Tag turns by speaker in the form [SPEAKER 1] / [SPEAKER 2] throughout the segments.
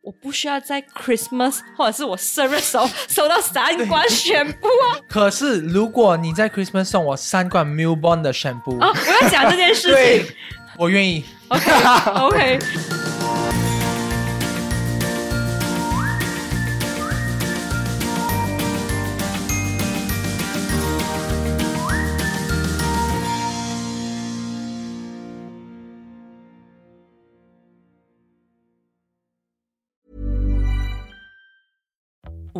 [SPEAKER 1] 我不需要在 Christmas 或者是我生日 时候收到三罐宣布啊！
[SPEAKER 2] 可是如果你在 Christmas 送我三罐 Milborn 的 shampoo，、
[SPEAKER 1] 啊，我要讲这件事情。
[SPEAKER 2] 我愿意。
[SPEAKER 1] OK OK，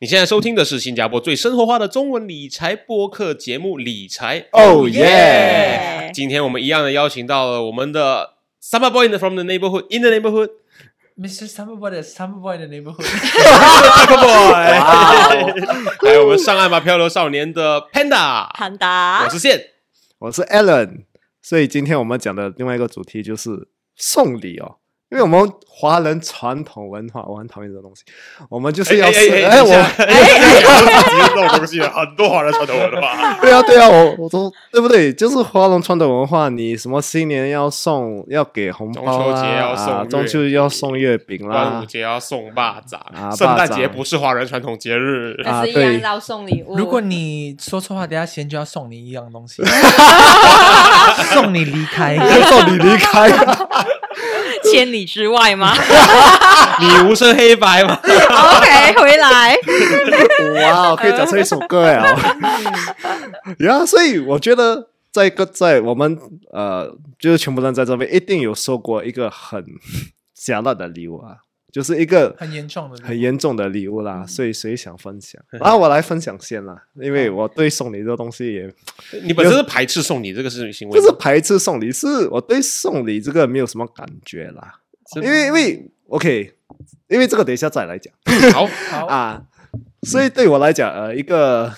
[SPEAKER 3] 你现在收听的是新加坡最生活化的中文理财播客节目《理财哦
[SPEAKER 4] Oh
[SPEAKER 1] 耶
[SPEAKER 3] 今天我们一样的邀请到了我们的 Summer Boy in the- from the neighborhood in the neighborhood
[SPEAKER 2] Mr. Summer Boy 的 Summer Boy 的 neighborhood。
[SPEAKER 3] Summer Oh, Boy，还有我们上岸吧漂流少年的 Panda，
[SPEAKER 1] 韩达
[SPEAKER 3] 我是线。
[SPEAKER 4] 我是 Alan，所以今天我们讲的另外一个主题就是送礼哦，因为我们华人传统文化，我很讨厌这种东西，我们就是要是哎我
[SPEAKER 5] 哎，我哎这种东西很多华人传统文 化。
[SPEAKER 4] 对啊，对啊，我我都对不对？就是华人传统文化，你什么新年要送，要给红包
[SPEAKER 3] 中秋
[SPEAKER 4] 啦
[SPEAKER 3] 节要送
[SPEAKER 4] 啊
[SPEAKER 3] 月
[SPEAKER 4] 中秋要送月饼
[SPEAKER 3] 端午
[SPEAKER 4] 啦，
[SPEAKER 3] 节要送蚂蚱，
[SPEAKER 4] 啊
[SPEAKER 3] 圣诞
[SPEAKER 4] 蚂蚱
[SPEAKER 3] 节不是华人传统节日，
[SPEAKER 1] 但是一
[SPEAKER 4] 啊对
[SPEAKER 1] 样要送礼 物。
[SPEAKER 2] 如果你说错话，等下贤就要送你一样东西，送你离开。
[SPEAKER 4] 要送你离开。啊
[SPEAKER 1] 千里之外 吗
[SPEAKER 3] 你无声黑白吗？
[SPEAKER 1] ？OK，回来。
[SPEAKER 4] 哇，哦可以讲出一首歌呀！
[SPEAKER 2] 嗯
[SPEAKER 4] 呀，所以我觉得在一个在我们呃，就是全部人在这边一定有收过一个很假辣的礼物啊，就是一个
[SPEAKER 2] 很严嗯重的礼物
[SPEAKER 4] 很严重的礼物啦。所以谁想分享？然后我来分享先啦，因为我对送礼这个东西也
[SPEAKER 3] 你本身是排斥送礼这个事情行为
[SPEAKER 4] 不
[SPEAKER 3] 吗，
[SPEAKER 4] 是排斥送礼，是我对送礼这个没有什么感觉啦，
[SPEAKER 3] 是
[SPEAKER 4] 因为因为 OK，因为这个等一下再来讲。
[SPEAKER 3] 好。
[SPEAKER 2] 好
[SPEAKER 4] 啊，所以对我来讲，呃，一个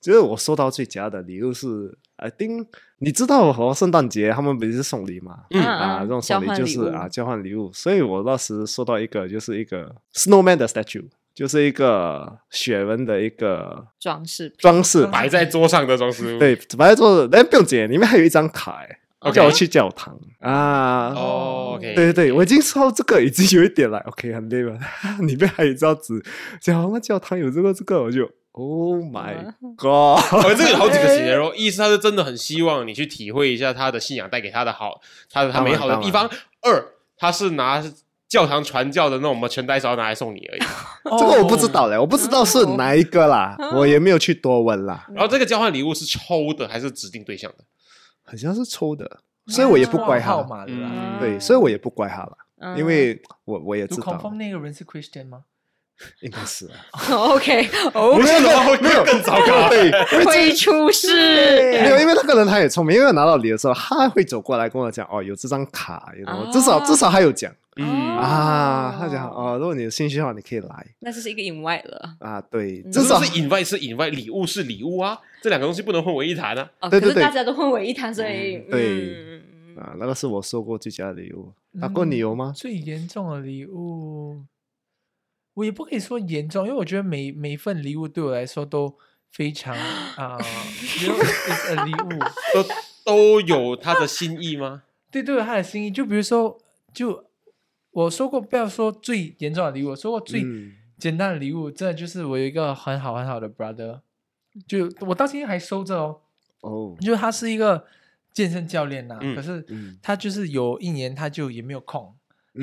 [SPEAKER 4] 就是我收到最假的礼物是，I think 你知道和圣诞节他们不是送礼嘛？
[SPEAKER 3] 嗯
[SPEAKER 4] 啊，这种
[SPEAKER 1] 交
[SPEAKER 4] 送礼
[SPEAKER 1] 换
[SPEAKER 4] 就
[SPEAKER 1] 礼物
[SPEAKER 4] 是啊，交换礼物。所以我那时收到一个就是一个 snowman 的 statue，就是一个雪人的一个
[SPEAKER 1] 装饰品。
[SPEAKER 4] 装饰，
[SPEAKER 3] 摆在桌上的装饰物，
[SPEAKER 4] 对，摆在桌子。哎，不用紧，里面还有一张卡，哎
[SPEAKER 3] OK
[SPEAKER 4] 叫我去教堂啊。
[SPEAKER 3] 哦，OK，
[SPEAKER 4] 对对对，我已经说到这个已经有一点了，OK，很累了。 里面还有一张纸，讲那教堂有这个这个，我就 Oh my God！
[SPEAKER 3] 哦，这个有好几个形容，一是他是真的很希望你去体会一下他的信仰带给他的好，他的他美好的地方；二，他是拿教堂传教的那种什么全带勺拿来送你而已。
[SPEAKER 2] 哦
[SPEAKER 4] 这个我不知道嘞，我不知道是哪一个啦，我也没有去多问啦，
[SPEAKER 3] 然后这个交换礼物是抽的还是指定对象的？
[SPEAKER 4] 好像是抽的，所以我也不怪
[SPEAKER 2] 号
[SPEAKER 4] 他。
[SPEAKER 2] 码的啦。
[SPEAKER 3] 嗯
[SPEAKER 4] 对，所以我也不怪他了，
[SPEAKER 1] 嗯
[SPEAKER 4] 啊因为我我也
[SPEAKER 2] 如
[SPEAKER 4] 知
[SPEAKER 2] confirm
[SPEAKER 4] 道，
[SPEAKER 2] 那个人是 Christian 吗？
[SPEAKER 4] 应该是啊
[SPEAKER 1] 嗯 OK，哦，
[SPEAKER 4] 没有没有没有更糟糕，对，因为
[SPEAKER 1] 会出事。
[SPEAKER 4] 没有，因为那个人他也聪明，因为我拿到礼的时候，他会走过来跟我讲，哦，有这张卡，you know，至少至少还有讲。
[SPEAKER 3] 嗯
[SPEAKER 4] 啊，他讲哦，如果你有兴趣的话，你可以来
[SPEAKER 1] 那就是一个 invite 了
[SPEAKER 4] 啊。对，
[SPEAKER 1] 嗯
[SPEAKER 4] 至
[SPEAKER 3] 这
[SPEAKER 4] 少
[SPEAKER 3] 是 invite 是 invite，礼物是礼物啊，这两个东西不能混为一谈啊。
[SPEAKER 1] 哦，
[SPEAKER 4] 对
[SPEAKER 1] 可是
[SPEAKER 4] 对对
[SPEAKER 1] 大家都混为一谈，所以
[SPEAKER 4] 嗯对
[SPEAKER 1] 嗯
[SPEAKER 4] 啊，那个是我收过最佳的礼物。
[SPEAKER 2] 嗯
[SPEAKER 4] 大哥，你有吗？
[SPEAKER 2] 最严重的礼物，我也不可以说严重，因为我觉得每每一份礼物对我来说都非常啊，因为 it's a 礼物，
[SPEAKER 3] 都都有他的心意吗？
[SPEAKER 2] 对，都有他的心意。就比如说，就我说过，不要说最严重的礼物，我说过最
[SPEAKER 4] 嗯
[SPEAKER 2] 简单的礼物，真的就是我有一个很好很好的 brother，就我到今天还收着哦。
[SPEAKER 4] 哦，
[SPEAKER 2] 就是他是一个健身教练呐、
[SPEAKER 3] 嗯
[SPEAKER 2] 可是
[SPEAKER 4] 嗯
[SPEAKER 2] 他就是有一年他就也没有空，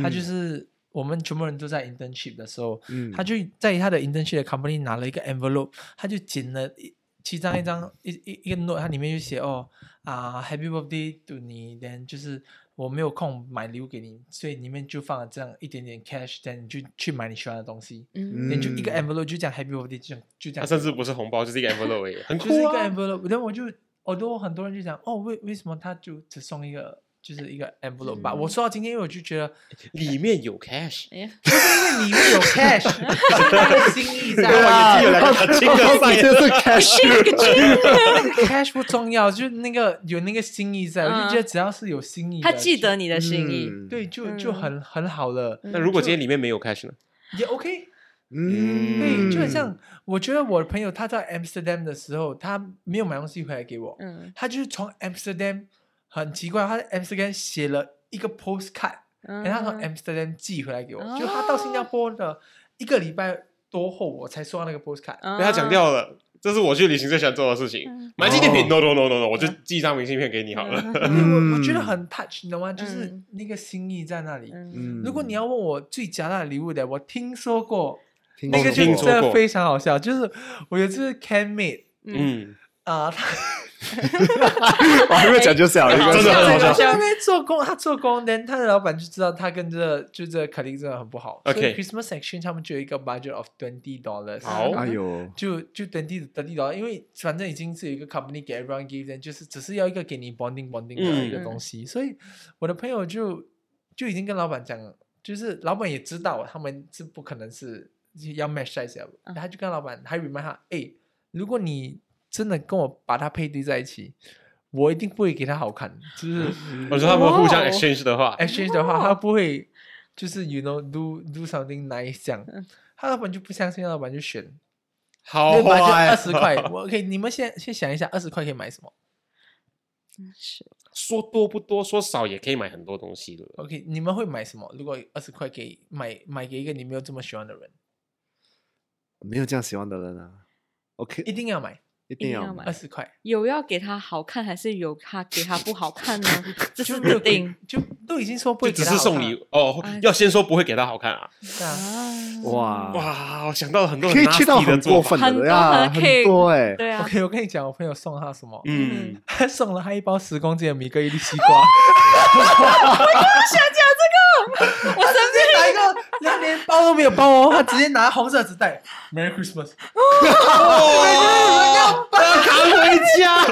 [SPEAKER 2] 他就
[SPEAKER 4] 嗯
[SPEAKER 2] 是我们全部人都在 internship 的时候，
[SPEAKER 4] 嗯
[SPEAKER 2] 他就在他的 internship 的 company 拿了一个 envelope，他就剪了一七张一张一一一个 note，它里面就写哦啊、happy birthday to 你，then 就是我没有空买礼物给你，所以里面就放了这样一点点 cash，then 你就去买你喜欢的东西，
[SPEAKER 1] 嗯
[SPEAKER 4] 嗯啊
[SPEAKER 2] then 就一个 envelope 就这样 happy birthday 就这样就这
[SPEAKER 3] 他
[SPEAKER 2] 样，
[SPEAKER 3] 甚至不是红包，就是一个 envelope，而已很
[SPEAKER 2] 就是
[SPEAKER 3] 酷
[SPEAKER 2] 一个
[SPEAKER 3] 啊。
[SPEAKER 2] envelope，然后我就，although 很多人就讲，哦，为为什么他就只送一个，就是一个 envelope
[SPEAKER 4] 嗯
[SPEAKER 2] 吧。我说到今天，因为我就觉得
[SPEAKER 3] 里面有 cash，
[SPEAKER 1] 哎呀，
[SPEAKER 2] 因为里面有 cash，是他的心意在。
[SPEAKER 5] 啊，有两 个很轻的
[SPEAKER 4] 你
[SPEAKER 5] 赛
[SPEAKER 4] 这是 cash，
[SPEAKER 2] cash 不重要，就是那个有那个心意在，我就觉得只要是有心意的，
[SPEAKER 1] 嗯他记得你的心意，
[SPEAKER 4] 嗯
[SPEAKER 2] 对，就就很很好了，
[SPEAKER 3] 那如果今天里面没有 cash 呢？
[SPEAKER 2] 也 OK。
[SPEAKER 4] 嗯
[SPEAKER 2] 对，就很像，我觉得我的朋友他在 Amsterdam 的时候，他没有买东西回来给我，
[SPEAKER 1] 嗯
[SPEAKER 2] 他就是从 Amsterdam 很奇怪，他在 Amsterdam 写了一个 postcard，、
[SPEAKER 1] 嗯哦
[SPEAKER 2] 然后他从 Amsterdam 寄回来给我，就他到新加坡的一个礼拜多后，我才收到那个 postcard。
[SPEAKER 1] 嗯
[SPEAKER 3] 被他讲掉了，这是我去旅行最喜欢做的事情。买纪念品，no no no no no，我就寄一张明信片给你好了。
[SPEAKER 2] 因为我我觉得很 touch，你懂吗？就是
[SPEAKER 1] 嗯
[SPEAKER 2] 那个心意在那里。
[SPEAKER 1] 嗯
[SPEAKER 4] 嗯
[SPEAKER 2] 如果你要问我最夹大的礼物的，我听说过
[SPEAKER 4] 听
[SPEAKER 2] 那个，就
[SPEAKER 4] 说
[SPEAKER 2] 真
[SPEAKER 3] 听
[SPEAKER 4] 过
[SPEAKER 3] 说过
[SPEAKER 2] 的非常好笑。就是我有一次 can made
[SPEAKER 3] 嗯，
[SPEAKER 2] 啊，他
[SPEAKER 4] 我还没有讲 就小了，应该是
[SPEAKER 3] 真的很好
[SPEAKER 2] 他
[SPEAKER 3] 笑
[SPEAKER 2] 在那边做工，他做工，但他的老板就知道他跟这就这 colleague 真的很不好。所以
[SPEAKER 3] OK
[SPEAKER 2] Christmas section 他们就有一个 budget of twenty dollars。
[SPEAKER 3] 好
[SPEAKER 4] 哎呦，
[SPEAKER 2] 就就 twenty twenty dollar，因为反正已经是有一个 company 给 everyone give them，就是只是要一个给你 bonding bonding 的一个
[SPEAKER 1] 嗯
[SPEAKER 2] 东西，所以我的朋友就就已经跟老板讲了，就是老板也知道他们是不可能是要 match 在一起的，
[SPEAKER 1] 嗯
[SPEAKER 2] 他就跟老板还 remind 他，哎，如果你真的跟我把他配对在一起，我一定不会给他好看，就是
[SPEAKER 3] 我说他们互相
[SPEAKER 1] 哇哦
[SPEAKER 3] exchange 的话，
[SPEAKER 2] exchange 的话，他不会就是 you know do do something nice 这样，他老板就不相信，老板就选。
[SPEAKER 3] 好
[SPEAKER 2] 那本来就
[SPEAKER 3] 坏
[SPEAKER 2] 二十块，我可以，你们先先想一下，二十块可以买什么
[SPEAKER 1] 是
[SPEAKER 3] 说多不多，说少也可以买很多东西的。
[SPEAKER 2] ？OK，你们会买什么？如果二十块给买买给一个你没有这么喜欢的人，
[SPEAKER 4] 没有这样喜欢的人啊，OK，
[SPEAKER 2] 一定要买
[SPEAKER 4] 一定
[SPEAKER 1] 一定
[SPEAKER 4] 要
[SPEAKER 1] 要买
[SPEAKER 2] 二十块，
[SPEAKER 1] 有要给他好看，还是有他给他不好看呢？ 这是
[SPEAKER 2] 就没有
[SPEAKER 1] 一
[SPEAKER 2] 给
[SPEAKER 1] 定，
[SPEAKER 2] 就都已经说不
[SPEAKER 3] 就
[SPEAKER 2] 会
[SPEAKER 3] 只
[SPEAKER 2] 给
[SPEAKER 3] 是送礼
[SPEAKER 2] 你，
[SPEAKER 3] 物哦
[SPEAKER 1] 哎，
[SPEAKER 3] 要先说不会给他好看啊！
[SPEAKER 2] 对啊
[SPEAKER 1] 啊，
[SPEAKER 4] 哇
[SPEAKER 3] 哇，我想到了很多
[SPEAKER 4] 可以去到
[SPEAKER 3] nasty 的
[SPEAKER 4] 很
[SPEAKER 3] 做
[SPEAKER 4] 过
[SPEAKER 3] 法
[SPEAKER 4] 分
[SPEAKER 1] 很多
[SPEAKER 4] 的呀，
[SPEAKER 1] 很
[SPEAKER 4] 很
[SPEAKER 1] cake
[SPEAKER 4] 多哎，
[SPEAKER 1] 对啊，
[SPEAKER 2] OK，我跟你讲，我朋友送他什么？
[SPEAKER 3] 嗯，
[SPEAKER 2] 他送了他一包十公斤的米格伊利西瓜，
[SPEAKER 1] 我身
[SPEAKER 2] 直接拿一个，他连包都没有包哦，他直接拿红色纸袋，Merry Christmas，
[SPEAKER 3] 扛回家。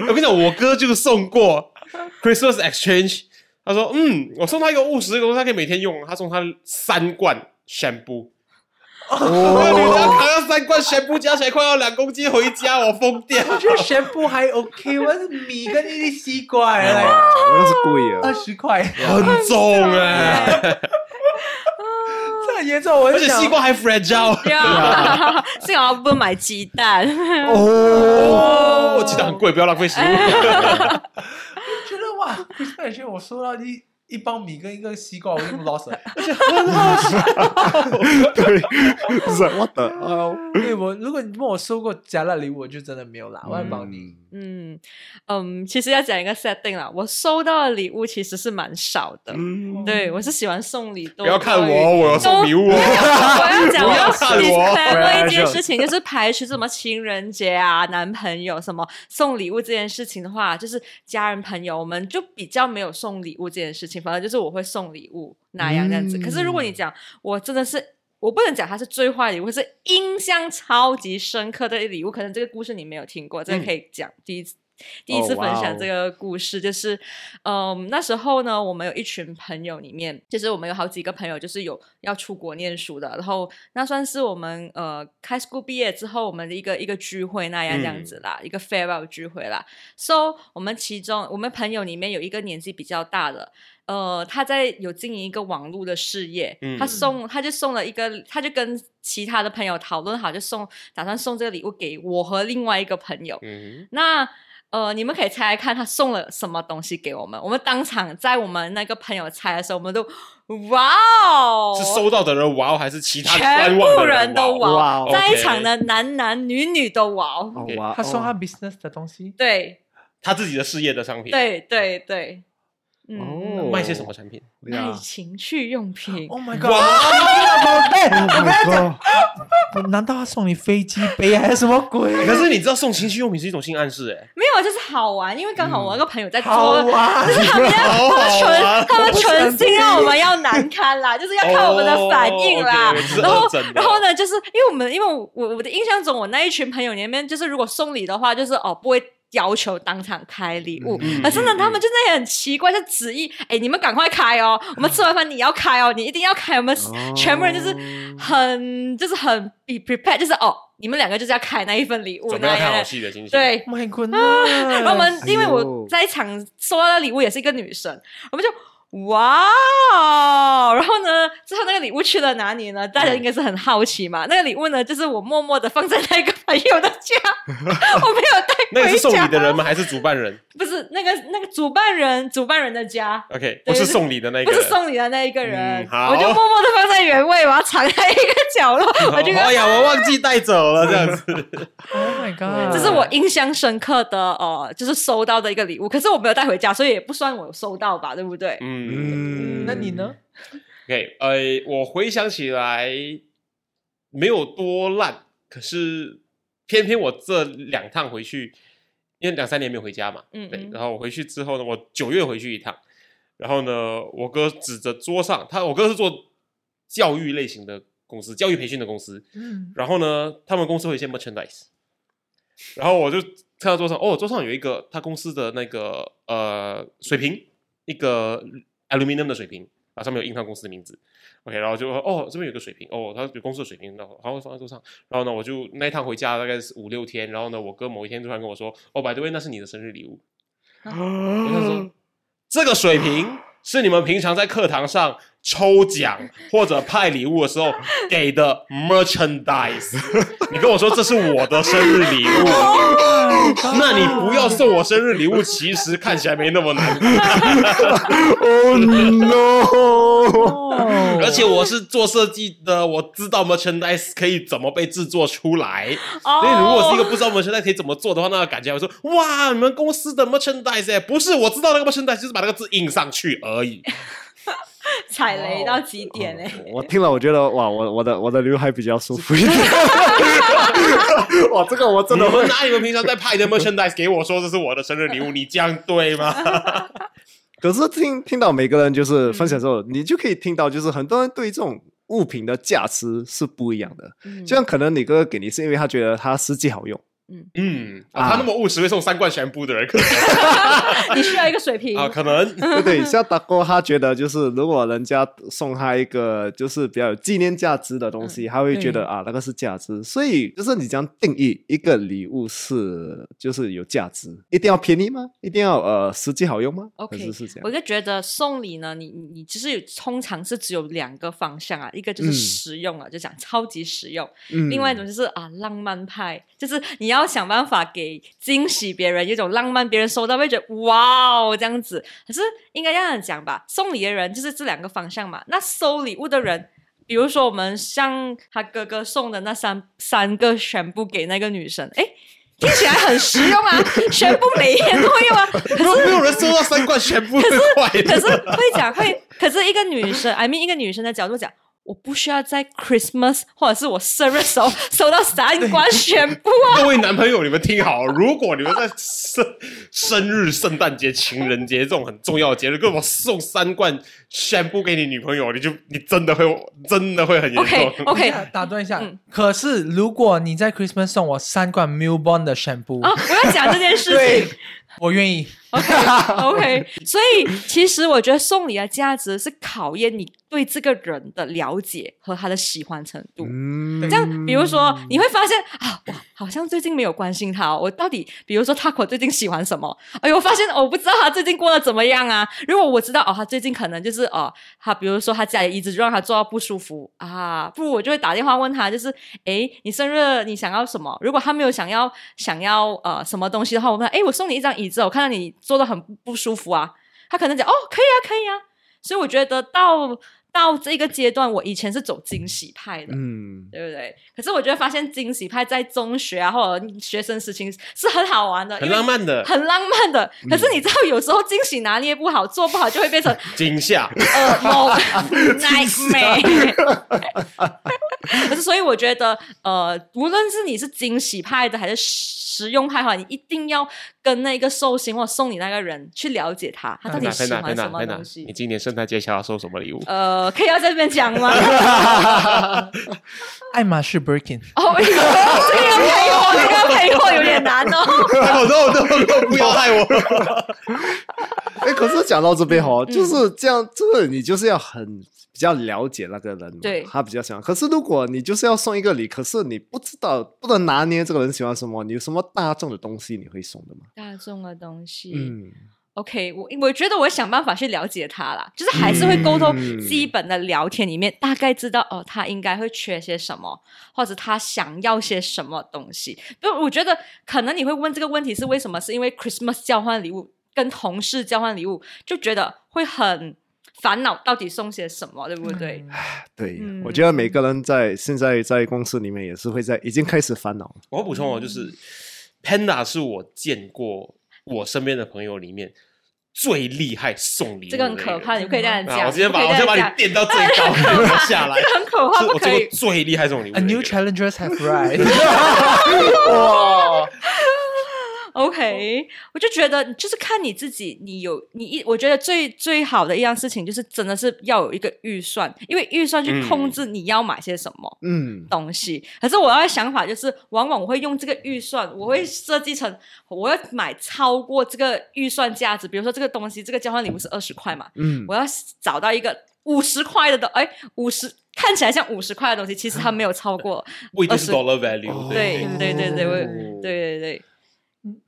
[SPEAKER 3] 我跟你讲，我哥就送过 Christmas exchange，他说，嗯，我送他一个务实的东西，他可以每天用。他送他三罐 shampoo，那个女的扛了三罐 shampoo，加起来快要两公斤回家，我疯掉。
[SPEAKER 2] 我觉得全部还 OK，我是米跟伊利西瓜，哎来
[SPEAKER 4] 我那是故意
[SPEAKER 2] 二
[SPEAKER 4] 的，
[SPEAKER 2] 十块，
[SPEAKER 3] 很重哎，
[SPEAKER 2] 这很严重，我
[SPEAKER 3] 而
[SPEAKER 2] 就
[SPEAKER 3] 且
[SPEAKER 2] 想
[SPEAKER 3] 西瓜还 fragile。啊
[SPEAKER 1] 呀，幸好不买鸡 蛋。
[SPEAKER 4] 哦
[SPEAKER 3] 哦，我记得很贵，不要浪费食物。
[SPEAKER 2] 觉得哇，不是感觉我收到一一包米跟一个西瓜，我已经 lost 了。
[SPEAKER 4] 对，是 what the hell？
[SPEAKER 2] 对我，如果你问我收过加辣礼物，我就真的没有啦。万宝你，
[SPEAKER 4] 嗯
[SPEAKER 1] 嗯嗯，其实要讲一个 setting 啦，我收到的礼物其实是蛮少的。
[SPEAKER 2] 嗯
[SPEAKER 1] 对，我是喜欢送礼多。
[SPEAKER 3] 不要看我，我要送礼物
[SPEAKER 1] 我
[SPEAKER 3] 哦。
[SPEAKER 1] 要讲，我要
[SPEAKER 3] 不要看我
[SPEAKER 1] disclaim 一件事情，就是排除什么情人节啊、男朋友什么送礼物这件事情的话，就是家人朋友，我们就比较没有送礼物这件事情。反正就是我会送礼物那样这样子。可是如果你讲我真的是。我不能讲它是最坏的礼物，是印象超级深刻的礼物。可能这个故事你没有听过，这个可以讲、第一次第一次
[SPEAKER 4] 哦
[SPEAKER 1] 分
[SPEAKER 4] 哇
[SPEAKER 1] 享
[SPEAKER 4] 哦
[SPEAKER 1] 这个故事，就是嗯，那时候呢，我们有一群朋友，里面就是我们有好几个朋友，就是有要出国念书的。然后那算是我们呃开 school 毕业之后，我们的一个一个聚会那样这样子啦，一个 farewell 聚会啦。So 我们其中我们朋友里面有一个年纪比较大的，呃，他在有经营一个网络的事业，
[SPEAKER 3] 嗯
[SPEAKER 1] 他送他就送了一个，他就跟其他的朋友讨论好，就送打算送这个礼物给我和另外一个朋友。
[SPEAKER 3] 嗯，
[SPEAKER 1] 那呃，你们可以猜猜看他送了什么东西给我们？我们当场在我们那个朋友猜的时候，我们都哇哦，
[SPEAKER 3] 是收到的人哇哦，还是其他
[SPEAKER 1] 全
[SPEAKER 3] 观望
[SPEAKER 1] 部
[SPEAKER 3] 的人
[SPEAKER 1] 都
[SPEAKER 3] 哇哦？
[SPEAKER 1] 哇哦，
[SPEAKER 3] 哇哦
[SPEAKER 1] 在
[SPEAKER 3] OK
[SPEAKER 1] 场的男男女女都哇哦，
[SPEAKER 4] 哦
[SPEAKER 3] OK，
[SPEAKER 4] 哇，
[SPEAKER 2] 他送
[SPEAKER 4] 哦
[SPEAKER 2] 他 business 的东西，
[SPEAKER 1] 对
[SPEAKER 3] 他自己的事业的商品，，
[SPEAKER 1] 对对对，嗯，
[SPEAKER 4] 哦
[SPEAKER 3] 卖些什么产品？
[SPEAKER 1] 爱
[SPEAKER 4] 呀
[SPEAKER 1] 情趣用品。
[SPEAKER 2] ，Oh my
[SPEAKER 3] 哇
[SPEAKER 2] god！
[SPEAKER 3] 哦！
[SPEAKER 4] ，Oh my god，
[SPEAKER 2] 哎难道他送你飞机杯还是什么鬼？
[SPEAKER 1] 嗯
[SPEAKER 3] 可是你知道送情趣用品是一种性暗示哎，
[SPEAKER 1] 没有，就是好玩，因为刚好
[SPEAKER 3] 嗯
[SPEAKER 1] 我那个朋友在做，
[SPEAKER 2] 好啊
[SPEAKER 1] 就是他们要
[SPEAKER 3] 好好玩
[SPEAKER 1] 他们存他们存心让我们要难堪啦，就是要看我们的反应啦。
[SPEAKER 3] 哦，OK，
[SPEAKER 1] 然后
[SPEAKER 3] 这是真的
[SPEAKER 1] 然后呢，就是因为我们因为我我我的印象中，我那一群朋友里面，就是如果送礼的话，就是哦不会。要求当场开礼物，
[SPEAKER 3] 嗯
[SPEAKER 1] 啊，真的，他们就那里很奇怪，就执意，哎，你们赶快开哦，我们吃完饭你要开哦，你一定要开，我们全部人就是很就是很 be prepared，就是哦，你们两个就是要开那一份礼物，
[SPEAKER 3] 准备要
[SPEAKER 1] 那
[SPEAKER 3] 看好
[SPEAKER 1] 样
[SPEAKER 3] 戏的心情。，
[SPEAKER 1] 对。
[SPEAKER 2] My goodness！
[SPEAKER 1] 然后我们因为
[SPEAKER 4] 哎
[SPEAKER 1] 我
[SPEAKER 4] 呦
[SPEAKER 1] 在场收到的礼物也是一个女生，我们就。哇哦！然后呢，最后那个礼物去了哪里呢？大家应该是很好奇
[SPEAKER 3] 嗯
[SPEAKER 1] 嘛。那个礼物呢，就是我默默的放在那个朋友的 家，我没有带回家。
[SPEAKER 3] 那个是送礼的人吗？还是主办人
[SPEAKER 1] 不是那个那个主办人，主办人的家，
[SPEAKER 3] ？OK，
[SPEAKER 1] 对
[SPEAKER 3] 不是
[SPEAKER 1] 是
[SPEAKER 3] 送礼的那个
[SPEAKER 1] 不
[SPEAKER 3] 人，
[SPEAKER 1] 是 送你的那一个人，
[SPEAKER 3] 嗯好
[SPEAKER 1] 我就默默的放在原位，把它藏在一个角 落，我就跟他
[SPEAKER 3] 哎呀，我忘记带走了，这样子。
[SPEAKER 2] Oh my
[SPEAKER 3] 嗯
[SPEAKER 2] god！
[SPEAKER 1] 这是我印象深刻的呃，就是收到的一个礼物，可是我没有带回家，所以也不算我有收到吧，对不对？
[SPEAKER 3] 嗯
[SPEAKER 4] 嗯，
[SPEAKER 2] 那你呢？
[SPEAKER 3] ，OK，呃，我回想起来没有多烂，可是偏偏我这两趟回去，因为两三年没有回家嘛，
[SPEAKER 1] 嗯
[SPEAKER 3] 对
[SPEAKER 1] 嗯，
[SPEAKER 3] 然后我回去之后呢，我九月回去一趟，然后呢，我哥指着桌上，他我哥是做教育类型的公司，教育培训的公司，
[SPEAKER 2] 嗯，
[SPEAKER 3] 然后呢，他们公司会有一些 merchandise，然后我就看到桌上，哦，桌上有一个他公司的那个呃水瓶，一个 aluminum 的水瓶，啊，上面有印他公司的名字，OK，然后就说哦，这边有个水瓶，哦，他有公司的水瓶，然后然后放在桌上，然后呢，我就那一趟回家大概是五六天，然后呢，我哥某一天突然跟我说，哦，by the way，那是你的生日礼物，我想说，这个水平是你们平常在课堂上抽奖或者派礼物的时候给的 merchandise。你跟我说这是我的生日礼物， 那你不
[SPEAKER 2] Oh
[SPEAKER 3] 要送我生日礼物，其实看起来没那么难过。
[SPEAKER 4] Oh no！
[SPEAKER 2] 哦
[SPEAKER 3] 而且我是做设计的，我知道 merchandise 可以怎么被制作出来。所以如果是一个不知道 merchandise 可以怎么做的话，那个感觉我说哇，你们公司的 merchandise 欸不是我知道那个 merchandise，就是把那个字印上去而已。
[SPEAKER 1] 踩
[SPEAKER 4] 哦
[SPEAKER 1] 雷到极点哎、欸，
[SPEAKER 4] 我听了，我觉得哇，我我的我的刘海比较舒服一点。哇，这个我真
[SPEAKER 3] 你
[SPEAKER 4] 的会
[SPEAKER 3] 们拿你们平常在派的 merchandise 给我说这是我的生日礼物，你这样对吗？
[SPEAKER 4] 可是听听到每个人就是分享之后，你就可以听到，就是很多人对这种物品的价值是不一样的。就像可能你哥哥给你，是因为他觉得它实际好用。
[SPEAKER 3] 嗯，
[SPEAKER 4] 啊
[SPEAKER 3] 啊、他那么务实，会送三罐全部的人，可能
[SPEAKER 1] 欸你需要一个水平。
[SPEAKER 4] 哦
[SPEAKER 3] 啊，可能
[SPEAKER 4] 对对，像达哥他觉得就是，如果人家送他一个就是比较有纪念价值的东
[SPEAKER 1] 嗯
[SPEAKER 4] 西，他会觉
[SPEAKER 2] 对
[SPEAKER 4] 得啊，那个是价值。所以就是你这样定义一个礼物是就是有价值，一定要便宜吗？一定要呃实际好用吗
[SPEAKER 1] OK，
[SPEAKER 4] 可是是这
[SPEAKER 1] 我
[SPEAKER 4] 样。
[SPEAKER 1] 就觉得送礼呢，你你你其实有通常是只有两个方向啊，一个就是
[SPEAKER 4] 嗯
[SPEAKER 1] 实用啊，就讲超级实用；
[SPEAKER 4] 嗯
[SPEAKER 1] 另外一种就是啊浪漫派，就是你要想办法给惊喜别人，有一种浪漫，别人收到会觉得哇哦这样子。可是应该这样讲吧，送礼的人就是这两个方向嘛，那收礼物的人。比如说，我们像他哥哥送的那三三个全部给那个女生，哎，听起来很实用 啊，全部每天都会用啊。可是
[SPEAKER 3] 如果没有人收到三罐全部会坏
[SPEAKER 1] 可
[SPEAKER 3] 的。
[SPEAKER 1] 是会讲会，可是一个女生，I mean 一个女生的角度讲，我不需要在 Christmas 或者是我生日时候收到三观全部啊。
[SPEAKER 3] 各位男朋友，你们听好，如果你们在生生日、圣诞节、情人节这种很重要的节日，给我送三罐宣布给你女朋友，你就你真的会 真的会很严重。
[SPEAKER 1] OK OK，
[SPEAKER 2] 等一下哎打断一下
[SPEAKER 1] 嗯。
[SPEAKER 2] 可是如果你在 Christmas 送我三罐 Milborn 的 shampoo，
[SPEAKER 1] 啊，我要讲这件事情。
[SPEAKER 2] 我愿意。
[SPEAKER 1] OK，所以其实我觉得送礼的价值是考验你对这个人的了解和他的喜欢程度。
[SPEAKER 4] 嗯
[SPEAKER 1] 这样，比如说，你会发现啊，我好像最近没有关心他、哦，我到底，比如说 Taco 最近喜欢什么？哎呦，我发现哦我不知道他最近过得怎么样啊。如果我知道哦，他最近可能就是哦，他比如说他家里一直就让他做到不舒服啊，不如我就会打电话问他，就是哎，你生日你想要什么？如果他没有想要想要呃什么东西的话，我问他，哎，我送你一张椅子哦，我看到你坐的很不不舒服啊，他可能讲哦，可以啊，可以啊。所以我觉得到到这个阶段，我以前是走惊喜派的。
[SPEAKER 4] 嗯，
[SPEAKER 1] 对不对？可是我觉得发现惊喜派在中学啊或者学生时期是很好玩的，
[SPEAKER 3] 很浪漫
[SPEAKER 1] 因
[SPEAKER 3] 的嗯
[SPEAKER 1] 为很浪漫的。可是你知道，有时候惊喜拿捏不好，做不好就会变 成
[SPEAKER 3] 惊吓，
[SPEAKER 1] 噩梦
[SPEAKER 3] 啊
[SPEAKER 1] nightmare。可是所以我觉得，呃，无论是你是惊喜派的还是实用派的话，你一定要跟那个寿星或送你那个人去了解他，他到底喜欢什么东
[SPEAKER 3] 你
[SPEAKER 1] 西。
[SPEAKER 3] 今年圣诞节想要收什么礼 物？
[SPEAKER 1] 呃，可以要在这边讲吗？ 哦
[SPEAKER 2] 爱马仕 Birkin，
[SPEAKER 1] 哦，这个要开花。我这个配货有点难哦。
[SPEAKER 3] 好多好多，哎不要 害我。
[SPEAKER 4] 哎，可是讲到这
[SPEAKER 1] 嗯
[SPEAKER 4] 边哦，就是这样，这个你就是要很比较了解那个人嘛，
[SPEAKER 1] 对
[SPEAKER 4] 他比较喜欢。可是如果你就是要送一个礼，可是你不知道不能拿捏这个人喜欢什么，你有什么大众的东西你会送的吗？
[SPEAKER 1] 大众的东西，
[SPEAKER 4] 嗯，
[SPEAKER 1] OK，我我觉得我想办法去了解他啦，就是还是会沟通
[SPEAKER 4] 嗯
[SPEAKER 1] 基本的聊天里面，大概知道哦，他应该会缺些什么，或者他想要些什么东西。不，我觉得可能你会问这个问题是为什么？是因为 Christmas 交换礼物跟同事交换礼物，就觉得会很烦恼，到底送些什么，对不对？
[SPEAKER 4] 对，
[SPEAKER 1] 嗯
[SPEAKER 4] 我觉得每个人在现在在公司里面也是会在已经开始烦恼了。
[SPEAKER 3] 我要补充哦，就是 Panda 是我见过我身边的朋友里面最厉害送礼物
[SPEAKER 1] 这
[SPEAKER 3] 的
[SPEAKER 1] 个
[SPEAKER 3] 那
[SPEAKER 1] 很
[SPEAKER 3] 人，
[SPEAKER 1] 可怕，你不可以这样
[SPEAKER 3] 啊！
[SPEAKER 1] 讲。
[SPEAKER 3] 我今天把
[SPEAKER 1] 不
[SPEAKER 3] 我
[SPEAKER 1] 可以这样
[SPEAKER 3] 今天把你
[SPEAKER 1] 讲
[SPEAKER 3] 垫到最 高，留不下来。
[SPEAKER 1] 这个很可怕，
[SPEAKER 3] 是
[SPEAKER 1] 不
[SPEAKER 3] 我
[SPEAKER 1] 可
[SPEAKER 3] 见
[SPEAKER 1] 以
[SPEAKER 3] 过。最厉害送礼物
[SPEAKER 2] A
[SPEAKER 3] 的一个
[SPEAKER 2] new
[SPEAKER 3] 人
[SPEAKER 2] challengers have arrived
[SPEAKER 4] 哇，
[SPEAKER 1] OK，我就觉得就是看你自己，你有你一，我觉得最最好的一样事情就是真的是要有一个预算，因为预算去控制你要买些什么
[SPEAKER 4] 嗯，
[SPEAKER 1] 东西。可是我要的想法就是，往往我会用这个预算，我会设计成我要买超过这个预算价值，比如说这个东西，这个交换礼物是二十块嘛，
[SPEAKER 4] 嗯
[SPEAKER 1] 我要找到一个五十块的东，哎，五十看起来像五十块的东西，其实它没有超过
[SPEAKER 3] 不一定是
[SPEAKER 1] 二十
[SPEAKER 3] dollar value，
[SPEAKER 4] 哦
[SPEAKER 1] 哦对对对对，我
[SPEAKER 3] 哦
[SPEAKER 1] 对对对，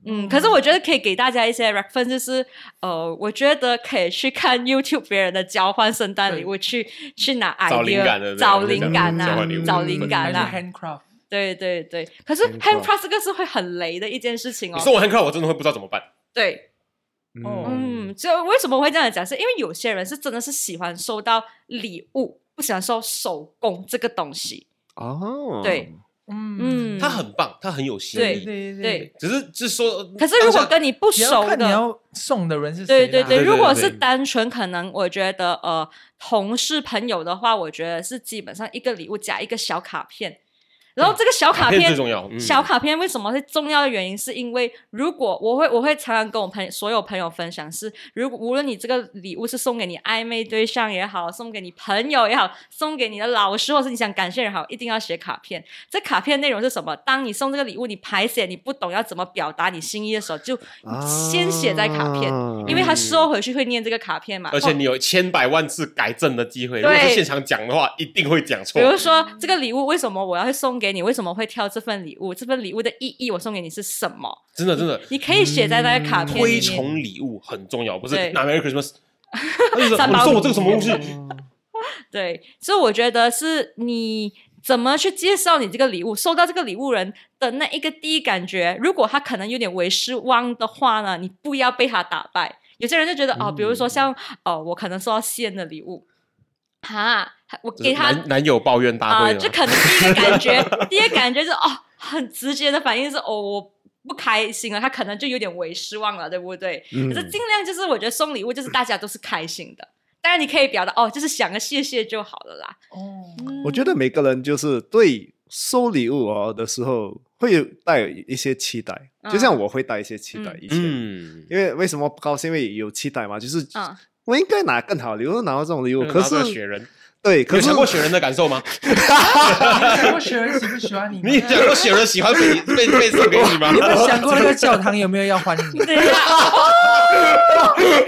[SPEAKER 1] 嗯，可是我觉得可以给大家一些 reference，就是呃，我觉得可以去看 YouTube 别人的交换圣诞礼物，去去拿 idea，
[SPEAKER 3] 找灵感的对
[SPEAKER 1] 找
[SPEAKER 3] 我就
[SPEAKER 1] 灵
[SPEAKER 3] 讲
[SPEAKER 1] 感
[SPEAKER 3] 交
[SPEAKER 1] 呐
[SPEAKER 3] 换礼物，
[SPEAKER 1] 找灵
[SPEAKER 2] 还
[SPEAKER 1] 感
[SPEAKER 2] 是
[SPEAKER 1] 呐，
[SPEAKER 2] handcraft
[SPEAKER 1] 对对对。可是
[SPEAKER 4] handcraft
[SPEAKER 1] handcraft 这个是会很雷的一件事情
[SPEAKER 3] 你
[SPEAKER 1] 哦，
[SPEAKER 3] 送我 handcraft，我真的会不知道怎么办。
[SPEAKER 1] 对，嗯，就为什么我会这样讲，是因为有些人是真的是喜欢收到礼物，不喜欢收手工这个东西，
[SPEAKER 4] 哦，
[SPEAKER 1] 对，
[SPEAKER 2] 嗯，
[SPEAKER 1] 嗯，
[SPEAKER 3] 他很棒，他很有心
[SPEAKER 2] 对
[SPEAKER 1] 对
[SPEAKER 3] 意，
[SPEAKER 2] 对
[SPEAKER 1] 对。。
[SPEAKER 3] 只是只是说，
[SPEAKER 1] 可是如
[SPEAKER 3] 当
[SPEAKER 1] 果
[SPEAKER 3] 下
[SPEAKER 1] 跟你不
[SPEAKER 2] 你要
[SPEAKER 1] 熟
[SPEAKER 2] 看你
[SPEAKER 1] 的，
[SPEAKER 2] 要送的人是谁
[SPEAKER 1] 对
[SPEAKER 2] 啦
[SPEAKER 1] 对对，
[SPEAKER 3] 对
[SPEAKER 1] 如
[SPEAKER 3] 对
[SPEAKER 1] 果
[SPEAKER 3] 对
[SPEAKER 1] 是单纯可能，我觉得呃，同事朋友的话，我觉得是基本上一个礼物加一个小卡片，然后这个小卡
[SPEAKER 3] 卡
[SPEAKER 1] 片。
[SPEAKER 3] 片最重要，嗯
[SPEAKER 1] 小卡片为什么是重要的原因？是因为如果我会我会常常跟我朋友所有朋友分享是，如果无论你这个礼物是送给你暧昧对象也好，送给你朋友也好，送给你的老师或是你想感谢人也好，一定要写卡片。这卡片内容是什么？当你送这个礼物，你排写你不懂要怎么表达你心意的时候，就先写在卡片。
[SPEAKER 4] 啊
[SPEAKER 1] 因为他事后回去会念这个卡片嘛。
[SPEAKER 3] 而且
[SPEAKER 1] 哦
[SPEAKER 3] 你有千百万次改正的机会，如
[SPEAKER 1] 对
[SPEAKER 3] 果是现场讲的话，一定会讲
[SPEAKER 1] 比
[SPEAKER 3] 错。
[SPEAKER 1] 如说这个礼物为什么我要送给你？为什么会挑这份礼物？这份礼物的意义我送给你是什么？
[SPEAKER 3] 真的真的，
[SPEAKER 1] 你可以写在那个卡片
[SPEAKER 3] 推
[SPEAKER 1] 里面。
[SPEAKER 3] 崇礼物很重要，不是
[SPEAKER 1] 对
[SPEAKER 3] 拿 Merry Christmas，他就说
[SPEAKER 1] 三嗯
[SPEAKER 3] 你
[SPEAKER 1] 包
[SPEAKER 3] 送我这个什么东西？
[SPEAKER 1] 对，所以我觉得是你怎么去介绍你这个礼物，收到这个礼物人的那一个第一感觉，如果他可能有点为失望的话呢，你不要被他打败。有些人就觉得哦，
[SPEAKER 3] 嗯
[SPEAKER 1] 比如说像哦，我可能收到西恩的礼物，哈，我给他
[SPEAKER 3] 男男友抱怨大
[SPEAKER 1] 啊、
[SPEAKER 3] 会
[SPEAKER 1] 就
[SPEAKER 3] 吗？
[SPEAKER 1] 可能第一个感 觉，第一个感觉是哦，很直接的反应是哦，我不开心了，他可能就有点为失望了，对不对？
[SPEAKER 4] 嗯
[SPEAKER 1] 可是尽量就是，我觉得送礼物就是大家都是开心的， 当然你可以表达哦，就是想个谢谢就好了啦。
[SPEAKER 2] 哦，
[SPEAKER 4] 我觉得每个人就是对收礼物哦的时候会有带有一些期待，就像我会带一些期待
[SPEAKER 1] 嗯
[SPEAKER 4] 以前。
[SPEAKER 3] 嗯，
[SPEAKER 4] 因为为什么不高兴？因为有期待嘛，就是、
[SPEAKER 1] 嗯
[SPEAKER 4] 我应该拿更好的礼物，拿到这种礼物。可
[SPEAKER 3] 拿这个雪
[SPEAKER 4] 是
[SPEAKER 3] 人，
[SPEAKER 4] 对，
[SPEAKER 3] 你
[SPEAKER 4] 可
[SPEAKER 3] 有
[SPEAKER 4] 是
[SPEAKER 3] 想过雪人的感受吗？
[SPEAKER 2] 你想过雪人喜不喜欢你吗？
[SPEAKER 3] 你有想过雪人喜欢被被被送给 你吗？
[SPEAKER 2] 你有没有想过那个教堂有没有要 欢迎你？
[SPEAKER 1] 对啊呀，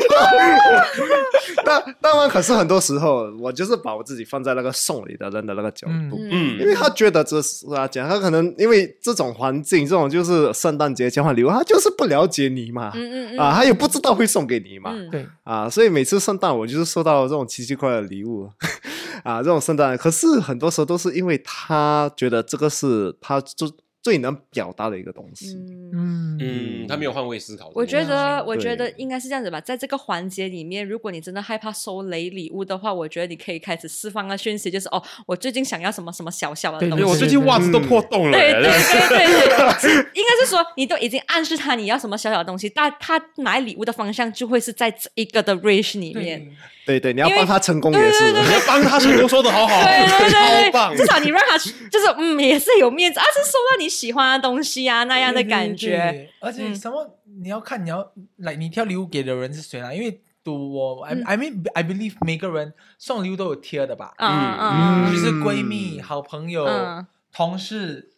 [SPEAKER 4] 当当然，可是很多时候我就是把我自己放在那个送礼的人的那个角度。因
[SPEAKER 3] 嗯，
[SPEAKER 4] 因为他觉得这是他讲，他可能因为这种环境，这种就是圣诞节交换礼物，他就是不了解你嘛，
[SPEAKER 1] 嗯嗯嗯
[SPEAKER 4] 啊，他也不知道会送给你嘛，
[SPEAKER 1] 嗯
[SPEAKER 2] 对，
[SPEAKER 4] 啊，所以每次圣诞我就是收到这种奇奇怪怪的礼物， 啊，这种圣诞，可是很多时候都是因为他觉得这个是他就最能表达的一个东西，
[SPEAKER 1] 嗯。
[SPEAKER 2] 嗯
[SPEAKER 3] 嗯，他没有换位思考。
[SPEAKER 1] 我觉得，我觉得
[SPEAKER 4] 嗯对
[SPEAKER 1] 应该是这样子吧。在这个环节里面，如果你真的害怕收雷礼物的话，我觉得你可以开始释放个讯息，就是哦，我最近想要什么什么小小的
[SPEAKER 2] 对
[SPEAKER 1] 东
[SPEAKER 3] 因
[SPEAKER 1] 西
[SPEAKER 3] 为。我最近袜子都破洞了。
[SPEAKER 1] 对对对对对， 是应该是说你都已经暗示他你要什么小小的东西，但他买礼物的方向就会是在这一个的 range 里面。
[SPEAKER 2] 对，
[SPEAKER 4] 对对，你要
[SPEAKER 1] 因为
[SPEAKER 4] 帮他成功也是，
[SPEAKER 3] 你要帮他成 功说的好 好，
[SPEAKER 1] 对对对
[SPEAKER 3] 超棒
[SPEAKER 1] 对，。至少你让他就是嗯，也是有面子啊，是收到你喜欢的东西啊那样的
[SPEAKER 2] 对
[SPEAKER 1] 感。
[SPEAKER 2] 对
[SPEAKER 1] 觉。
[SPEAKER 2] 对而且
[SPEAKER 1] 嗯
[SPEAKER 2] 什么，你要看你要来，你挑礼物给的人是谁啦？因为赌我，I
[SPEAKER 1] 嗯
[SPEAKER 2] I mean I believe 每个人送礼物都
[SPEAKER 1] 啊
[SPEAKER 2] 有 tier 的吧，
[SPEAKER 1] 嗯嗯
[SPEAKER 4] 嗯
[SPEAKER 2] 就是闺蜜、好朋友
[SPEAKER 1] 嗯、
[SPEAKER 2] 同事。
[SPEAKER 4] 嗯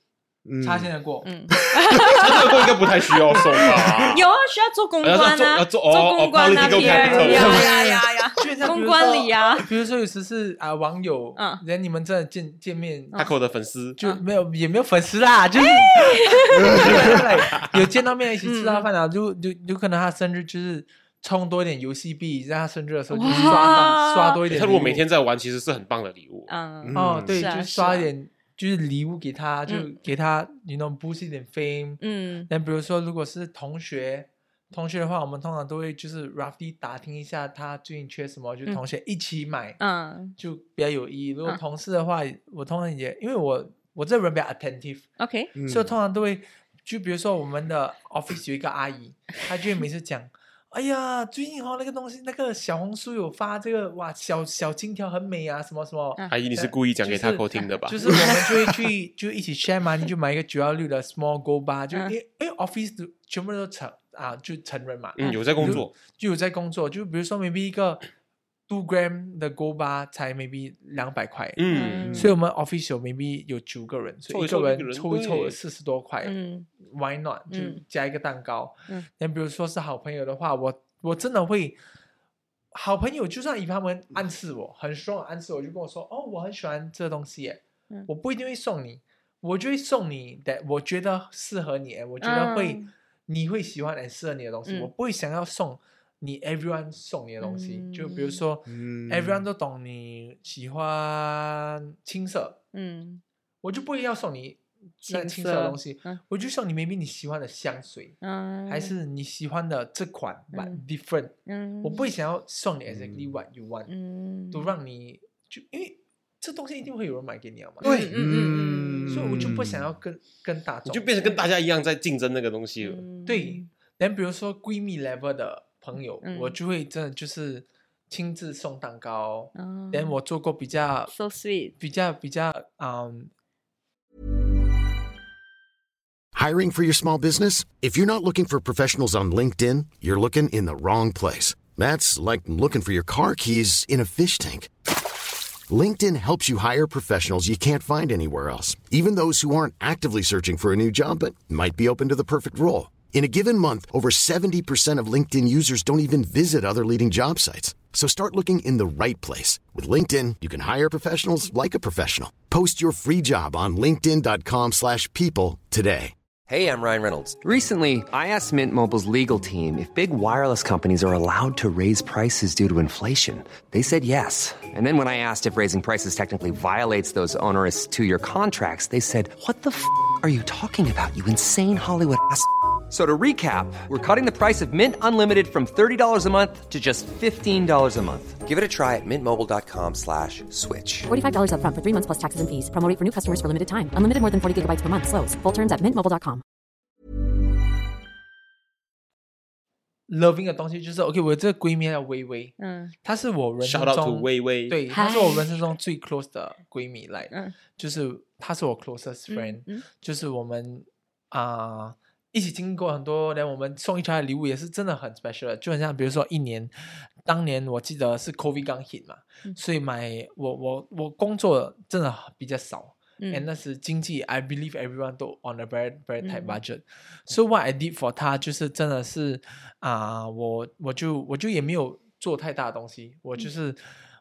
[SPEAKER 2] 插线的过，
[SPEAKER 1] 嗯，
[SPEAKER 3] 他这个应该不太需要送吧？
[SPEAKER 1] 有啊，需要做公
[SPEAKER 3] 要
[SPEAKER 1] 关啊，
[SPEAKER 3] 做要做哦哦
[SPEAKER 1] 公关啊
[SPEAKER 3] political
[SPEAKER 1] ，PR 呀
[SPEAKER 3] capital
[SPEAKER 1] 呀呀 呀，
[SPEAKER 2] 就像比
[SPEAKER 1] 公
[SPEAKER 2] 如
[SPEAKER 1] 关
[SPEAKER 2] 说
[SPEAKER 1] 里啊，
[SPEAKER 2] 比如说有时是啊网友，
[SPEAKER 1] 嗯
[SPEAKER 2] 嗯，人你们真的见见面
[SPEAKER 3] 他扣的粉丝
[SPEAKER 2] 就没有也没有粉丝 啦，就是有见到面一起吃
[SPEAKER 1] 嗯
[SPEAKER 2] 到饭啊，就就有可能他生日就是充多一点游戏币，在他生日的时候就是刷
[SPEAKER 1] 哇
[SPEAKER 2] 到刷多一点礼
[SPEAKER 3] 他
[SPEAKER 2] 物。
[SPEAKER 3] 如果每天在玩，其实是很棒的礼物。
[SPEAKER 1] 嗯，
[SPEAKER 2] 哦，对，
[SPEAKER 1] 是啊
[SPEAKER 2] 就是刷
[SPEAKER 1] 啊
[SPEAKER 2] 一点就是礼物给他，就
[SPEAKER 1] 嗯
[SPEAKER 2] 给他你 you know boost 一点 fame。
[SPEAKER 1] 嗯
[SPEAKER 2] 那比如说如果是同学。同学的话，我们通常都会就是 roughly 打听一下他最近缺什么，就
[SPEAKER 1] 嗯
[SPEAKER 2] 同学一起买。
[SPEAKER 1] 嗯
[SPEAKER 2] 就比较有意义。如果
[SPEAKER 1] 嗯
[SPEAKER 2] 同事的话，我通常也因为我我这人比较 attentive，、
[SPEAKER 1] ，OK，
[SPEAKER 4] 嗯
[SPEAKER 2] 所以通常都会就比如说我们的 office 有一个阿姨，她就会每次讲。哎呀，最近哦，那个东西，那个小红书有发这个哇，小小金条很美啊，什么什么，
[SPEAKER 1] 嗯
[SPEAKER 3] 阿姨，你是故意讲给他扣听的吧？
[SPEAKER 2] 就是我们就会去 就一起 share 嘛，你就买一个九幺六的 small go bar，就
[SPEAKER 1] 嗯
[SPEAKER 2] 因为因为 office 都全部都成啊，就成人嘛，
[SPEAKER 3] 嗯，有在工作，
[SPEAKER 2] 就有在工作，就比如说 maybe 一个 two gram 的 go bar 才 maybe 两百块，
[SPEAKER 3] 嗯，
[SPEAKER 2] 所以我们 official maybe 有九个人，所以一
[SPEAKER 3] 凑
[SPEAKER 2] 个
[SPEAKER 3] 一凑一个
[SPEAKER 2] 人
[SPEAKER 3] 人
[SPEAKER 2] 凑一凑
[SPEAKER 3] 对
[SPEAKER 2] 四十多块、
[SPEAKER 1] 嗯
[SPEAKER 2] w h y not？就
[SPEAKER 1] 嗯
[SPEAKER 2] 加一个蛋糕。
[SPEAKER 1] 嗯，
[SPEAKER 2] 那比如说是好朋友的话，我我真的会，好朋友就算以他们暗示我，很凶地暗示我，就跟我说，哦，我很喜欢这东西耶，
[SPEAKER 1] 嗯
[SPEAKER 2] 我不一定会送你，我就会送你的，我觉得适合你耶，我觉得会、
[SPEAKER 1] 嗯
[SPEAKER 2] 你会喜欢很适合你的东西，
[SPEAKER 1] 嗯
[SPEAKER 2] 我不会想要送你 everyone 送你的东西，就比如
[SPEAKER 1] 嗯
[SPEAKER 2] 说。
[SPEAKER 4] 嗯
[SPEAKER 2] everyone 都懂你喜欢青色，
[SPEAKER 1] 嗯
[SPEAKER 2] 我就不一定要送你那
[SPEAKER 1] 青
[SPEAKER 2] 青色的
[SPEAKER 1] 色
[SPEAKER 2] 东西，
[SPEAKER 1] 嗯
[SPEAKER 2] 我就送你 maybe 你喜欢的香水，
[SPEAKER 1] 嗯，
[SPEAKER 2] 还是你喜欢的这款、
[SPEAKER 1] 嗯
[SPEAKER 2] but different，
[SPEAKER 1] 嗯，
[SPEAKER 2] 我不会想要送你 exactly what you want，、
[SPEAKER 1] 嗯，
[SPEAKER 2] 都让你就因为这东西一定会有人买给你了嘛，
[SPEAKER 1] 嗯嗯嗯嗯，
[SPEAKER 2] 所以我就不想要跟跟大
[SPEAKER 3] 你
[SPEAKER 2] 众，
[SPEAKER 3] 就变成跟大家一样在竞争那个东西了。
[SPEAKER 1] 嗯
[SPEAKER 2] 对，连比如说闺蜜 level 的朋友，
[SPEAKER 1] 嗯
[SPEAKER 2] 我就会真的就是亲自送蛋糕，
[SPEAKER 1] 嗯
[SPEAKER 2] 连、我做过比较
[SPEAKER 1] so sweet，
[SPEAKER 2] 比较比较嗯。
[SPEAKER 6] Hiring for your small business? If you're not looking for professionals on LinkedIn, you're looking in the wrong place. That's like looking for your car keys in a fish tank. LinkedIn helps you hire professionals you can't find anywhere else, even those who aren't actively searching for a new job but might be open to the perfect role. In a given month, over 70% of LinkedIn users don't even visit other leading job sites. So start looking in the right place. With LinkedIn, you can hire professionals like a professional. Post your free job on linkedin.com/people slash people today.
[SPEAKER 7] Hey, I'm Ryan Reynolds. Recently, I asked Mint Mobile's legal team if big wireless companies are allowed to raise prices due to inflation. They said yes. And then when I asked if raising prices technically violates those onerous two year contracts, they said, What the f are you talking about, you insane Hollywood ass? f- So to recap, we're cutting the price of Mint Unlimited from $30 a month to just $15 a month. Give it a try at mintmobile.com slash switch.
[SPEAKER 8] $45 upfront for three months plus taxes and fees. Promo rate for new customers for limited time. Unlimited more than 40 gigabytes per month. Slows. Full terms at mintmobile.com.
[SPEAKER 2] loving 的东西，就是 OK，我这个闺蜜叫微微，
[SPEAKER 1] 嗯
[SPEAKER 2] 她是我人
[SPEAKER 3] Shout
[SPEAKER 2] 生
[SPEAKER 3] out
[SPEAKER 2] 中
[SPEAKER 3] to 微微
[SPEAKER 2] 对，
[SPEAKER 1] 嗨
[SPEAKER 2] 她是我人生中最 close 的闺蜜来，
[SPEAKER 1] 嗯
[SPEAKER 2] 就是她是我 closest friend，、
[SPEAKER 1] 嗯
[SPEAKER 2] 就是我们啊、一起经过很多，连我们送一圈的礼物也是真的很 special，的就很像比如说一年，当年我记得是 COVID 刚 hit 嘛，
[SPEAKER 1] 嗯
[SPEAKER 2] 所以买我我我工作真的比较少，and
[SPEAKER 1] 嗯
[SPEAKER 2] 那时经济，I believe everyone 都 on a very very tight
[SPEAKER 1] 嗯
[SPEAKER 2] budget、So what I did for 他就是真的是啊、我我就我就也没有做太大的东
[SPEAKER 1] 嗯
[SPEAKER 2] 西，我就是、